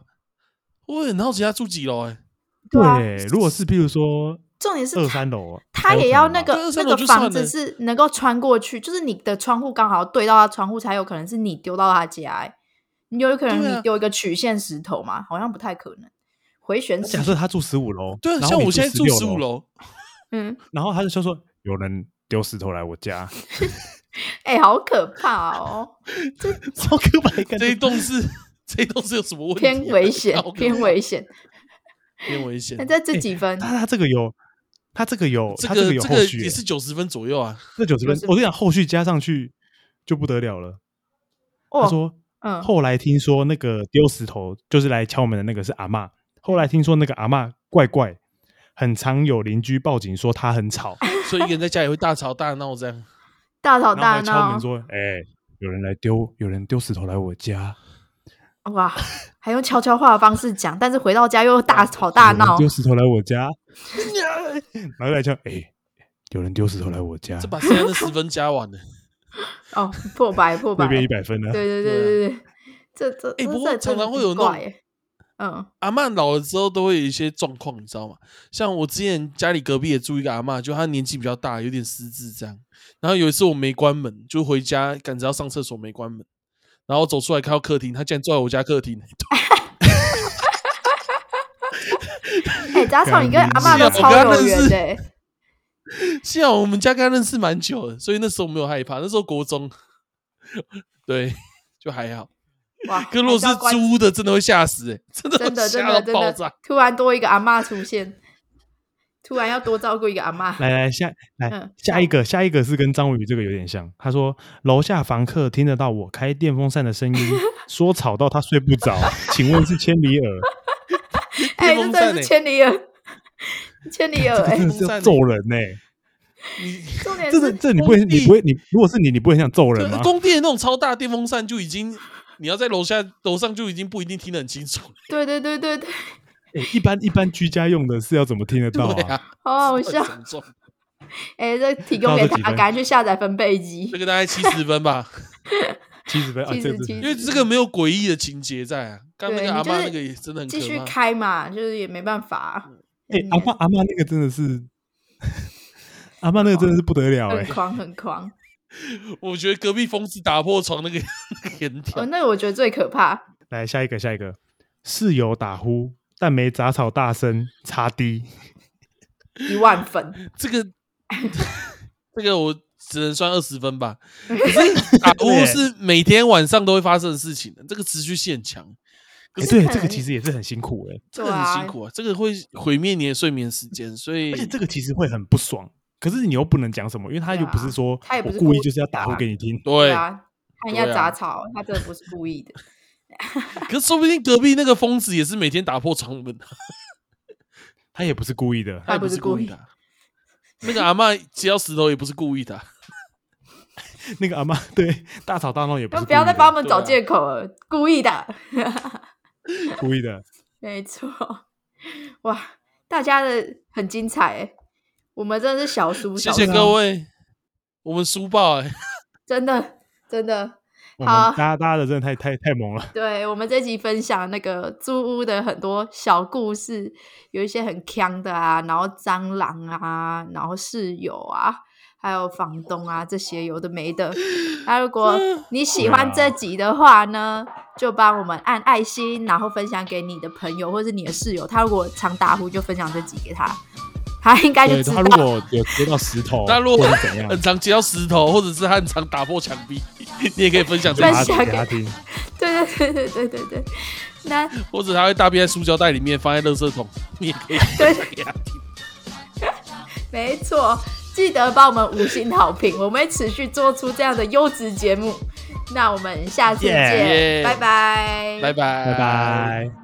S2: 我很好奇他住几楼哎、
S1: 对啊
S3: 对，如果是譬如说
S1: 重点是
S3: 二
S1: 他
S3: 三楼啊，
S1: 他
S3: 还有
S1: 也
S3: 可
S1: 要
S3: 能
S1: 那
S3: 吧
S2: 对
S1: 个
S2: 三
S1: 那
S2: 楼
S1: 个
S2: 就算
S1: 房
S2: 了
S1: 子是能够穿过去，就是你的窗户刚好对到他窗户，才有可能是你丢到他家欸。你有可能
S2: 对啊
S1: 你丢一个曲线石头嘛，好像不太可能回旋
S3: 那
S1: 石
S3: 假。设他住十五楼，
S2: 对啊，
S3: 然后
S2: 像
S3: 你
S2: 我现在住
S3: 16
S2: 十五，楼，
S1: 嗯，
S3: 然后他就说说有人丢石头来我
S2: [laughs]
S3: 家，
S1: 哎、好可怕哦，
S3: 超可怕，感
S2: 这
S3: 觉
S2: 一栋是 [laughs] 这一栋是有什么问题啊、
S1: 偏危险
S2: [laughs] 好可，怕哎
S1: 偏危险。
S2: 偏危险
S1: 那。在这几分，
S3: 他他这个有。他这个有，
S2: 这
S3: 他这
S2: 个
S3: 有
S2: 这
S3: 后
S2: 个
S3: 续、
S2: 也是九十分左右啊。
S3: 这九十分
S1: 90，
S3: 我跟你讲，后续加上去就不得了了。他
S1: 哦，
S3: 说，
S1: 嗯，
S3: 后来听说那个丢石头就是来敲门的那个是阿嬷，后来听说那个阿嬷怪怪，很常有邻居报警说她很吵，
S2: 所以一个人在家里会大吵大闹这
S1: [laughs]
S2: 样。
S1: 大吵
S3: 然后
S1: 大
S3: 还敲
S1: 闹
S3: 门，说：“哎、有人来丢，有人丢石头来我家，
S1: 哇，还用悄悄话的方式讲，但是回到家又大吵大
S3: 有人
S1: 闹，
S3: 丢石头来我家。”然后来叫：“哎、有人丢石头来我家
S2: 这。把现在的十分加完了。
S1: 哦，破百”破百，
S3: 那边一
S1: 对
S3: 百分呢？啊
S1: 对对
S2: 对啊
S1: 对对，这这这
S2: 哎不过
S1: 这真
S2: 常
S1: 的
S2: 常会有那
S1: 很
S2: 种
S1: 怪耶，嗯，
S2: 阿嬷老了之后都会有一些状况，你知道吗？像我之前家里隔壁也住一个阿嬷，就她年纪比较大，有点失智这样。然后有一次我没关门，就回家赶着要上厕所没关门，然后走出来看到客厅，她竟然坐在我家客厅。 [laughs]
S1: 哎，杂草，你跟阿嬷都
S2: 是啊
S1: 超
S2: 我跟他
S1: 有
S2: 认
S1: 缘
S2: 识
S1: 的欸，
S2: 幸好我们家跟她认识蛮久的，所以那时候没有害怕。那时候国中， [laughs] 对，就还好。
S1: 哇，
S2: 可如果是
S1: 还要关
S2: 租的，真的会吓死、欸，真的
S1: 真的
S2: 会
S1: 真
S2: 吓
S1: 的
S2: 到
S1: 真
S2: 爆
S1: 的
S2: 炸。，
S1: 突然多一个阿嬷出现，突然要多照顾一个阿嬷，
S3: 来来下来、
S1: 嗯
S3: 下一个下一个是跟张宇这个有点像。他说楼下房客听得到我开电风扇的声音，说吵到他睡不着，请问是千里耳？
S1: [laughs] 哎，
S2: 电
S1: 这真
S2: 风
S1: 的
S2: 扇
S1: 是
S2: 欸
S1: 千里耳，千里耳，哎
S2: [laughs]
S3: 真，的是要揍人呢、
S2: 你
S1: 重点
S3: 这这
S1: 哎是
S3: 这你不会
S2: 工地
S3: 你不会你如果是你你不会很想揍人
S2: 对
S3: 吗？
S2: 工地的那种超大电风扇就已经你要在楼下楼上就已经不一定听得很清楚了。
S1: 对对对对对，
S3: 哎、一般一般居家用的是要怎么听得到
S2: 对
S3: 啊？
S2: 啊，
S1: 好好
S2: 这
S1: 笑
S2: 很。沉重。
S1: 哎、这提供给
S3: 到这几
S1: 他，
S3: 分
S1: 赶快去下载分贝机
S2: 这。个大概七十分
S1: [laughs]
S2: 吧，
S3: 七十分啊，
S1: 七
S3: 这
S1: 十
S3: 个
S1: 七，
S2: 因为这个没有诡异的情节在啊。刚那
S1: 对
S2: 个
S1: 你
S2: 阿
S1: 就
S2: 妈
S1: 是
S2: 那个也真的很可
S1: 继续
S2: 怕。嗯
S1: 开嘛，就是也没办法、
S3: 哎、
S1: 嗯
S3: 阿妈阿妈那个真的是，阿妈那个真的是不得了哎、
S1: 很狂很
S2: [laughs]
S1: 狂。呃
S2: 我觉得隔壁疯子打破床那个那个很
S1: 哦，
S2: 屌，
S1: 那个我觉得最可怕。
S3: 来下一个，下一个，室友打呼，但没杂草大声，擦低。
S1: 一万
S2: [laughs]
S1: 分，
S2: 这个这个我只能算二十分
S1: [laughs]
S2: 吧。可是打呼是每天晚上都会发生的事情，这个持续性很强，
S3: 哎、
S1: 可是嗯
S3: 对，
S1: 可
S3: 这个
S1: 能
S3: 其实也是很辛苦哎、
S2: 这个很辛苦啊，这个会毁灭你的睡眠时间，所以
S3: 而且这个其实会很不爽。可是你又不能讲什么，因为他
S1: 对
S3: 又
S1: 啊
S3: 不是说
S1: 他也不
S3: 我
S1: 是
S3: 故
S1: 故
S3: 意
S1: 意
S3: 就是要
S1: 的
S3: 打
S1: 啊
S3: 呼给你听。
S2: 对。
S1: 啊，看一下
S2: 对啊
S1: 杂草，他真的不是故意的。
S2: 可是说不定隔壁那个疯子也是每天打破床门，
S3: 他也不是故意的， [laughs]
S1: 他
S2: 也
S1: 不是
S2: 是故
S1: 故意
S2: 的啊。那个阿嬷接到石头也不是故意的啊，
S3: 那个阿妈对大吵大闹也
S1: 他
S3: 不是
S1: 们不要再帮我们
S2: 对
S1: 找
S2: 啊
S1: 借口了，故意的。
S3: 故意的。
S1: 没错， [laughs] 哇，大家的很精彩欸，我们真的是小输
S2: 谢
S1: 小
S2: 谢
S1: 输，
S2: 各位，我们书报
S3: 哦
S2: 哎，
S1: 真的真的，
S3: 我们
S1: 好
S3: 大家大家的真的太太太猛了，
S1: 对我们这集分享那个租屋的很多小故事，有一些很强的啊，然后蟑螂啊，然后室友啊。还有房东啊，这些有的没的。那如果你喜
S3: 啊
S1: 欢这集的话呢，就帮我们按爱心，然后分享给你的朋友或是你的室友。他如果常打呼，就分享这集给他，他应该就
S3: 对
S1: 知
S3: 他
S1: 道
S3: 如果有接到石头，
S2: 他如果
S3: 或者怎
S2: [laughs]
S3: 样，
S2: 很常接到石头，或者是他很常打破墙壁， [laughs] 你也可以分享
S3: 给
S2: 这
S1: 分
S2: 个
S3: 他
S1: 享
S3: 听给他听，
S1: 对对对对对对对，那
S2: 或者他会大便在塑胶袋里面，放在垃圾桶，你也可以
S1: 对
S2: 给他听。
S1: [laughs] 没错，记得帮我们五星好评，我们会持续做出这样的优质节目。那我们下次见
S3: Yeah
S1: 拜拜，
S2: [laughs] 拜拜，
S3: 拜拜。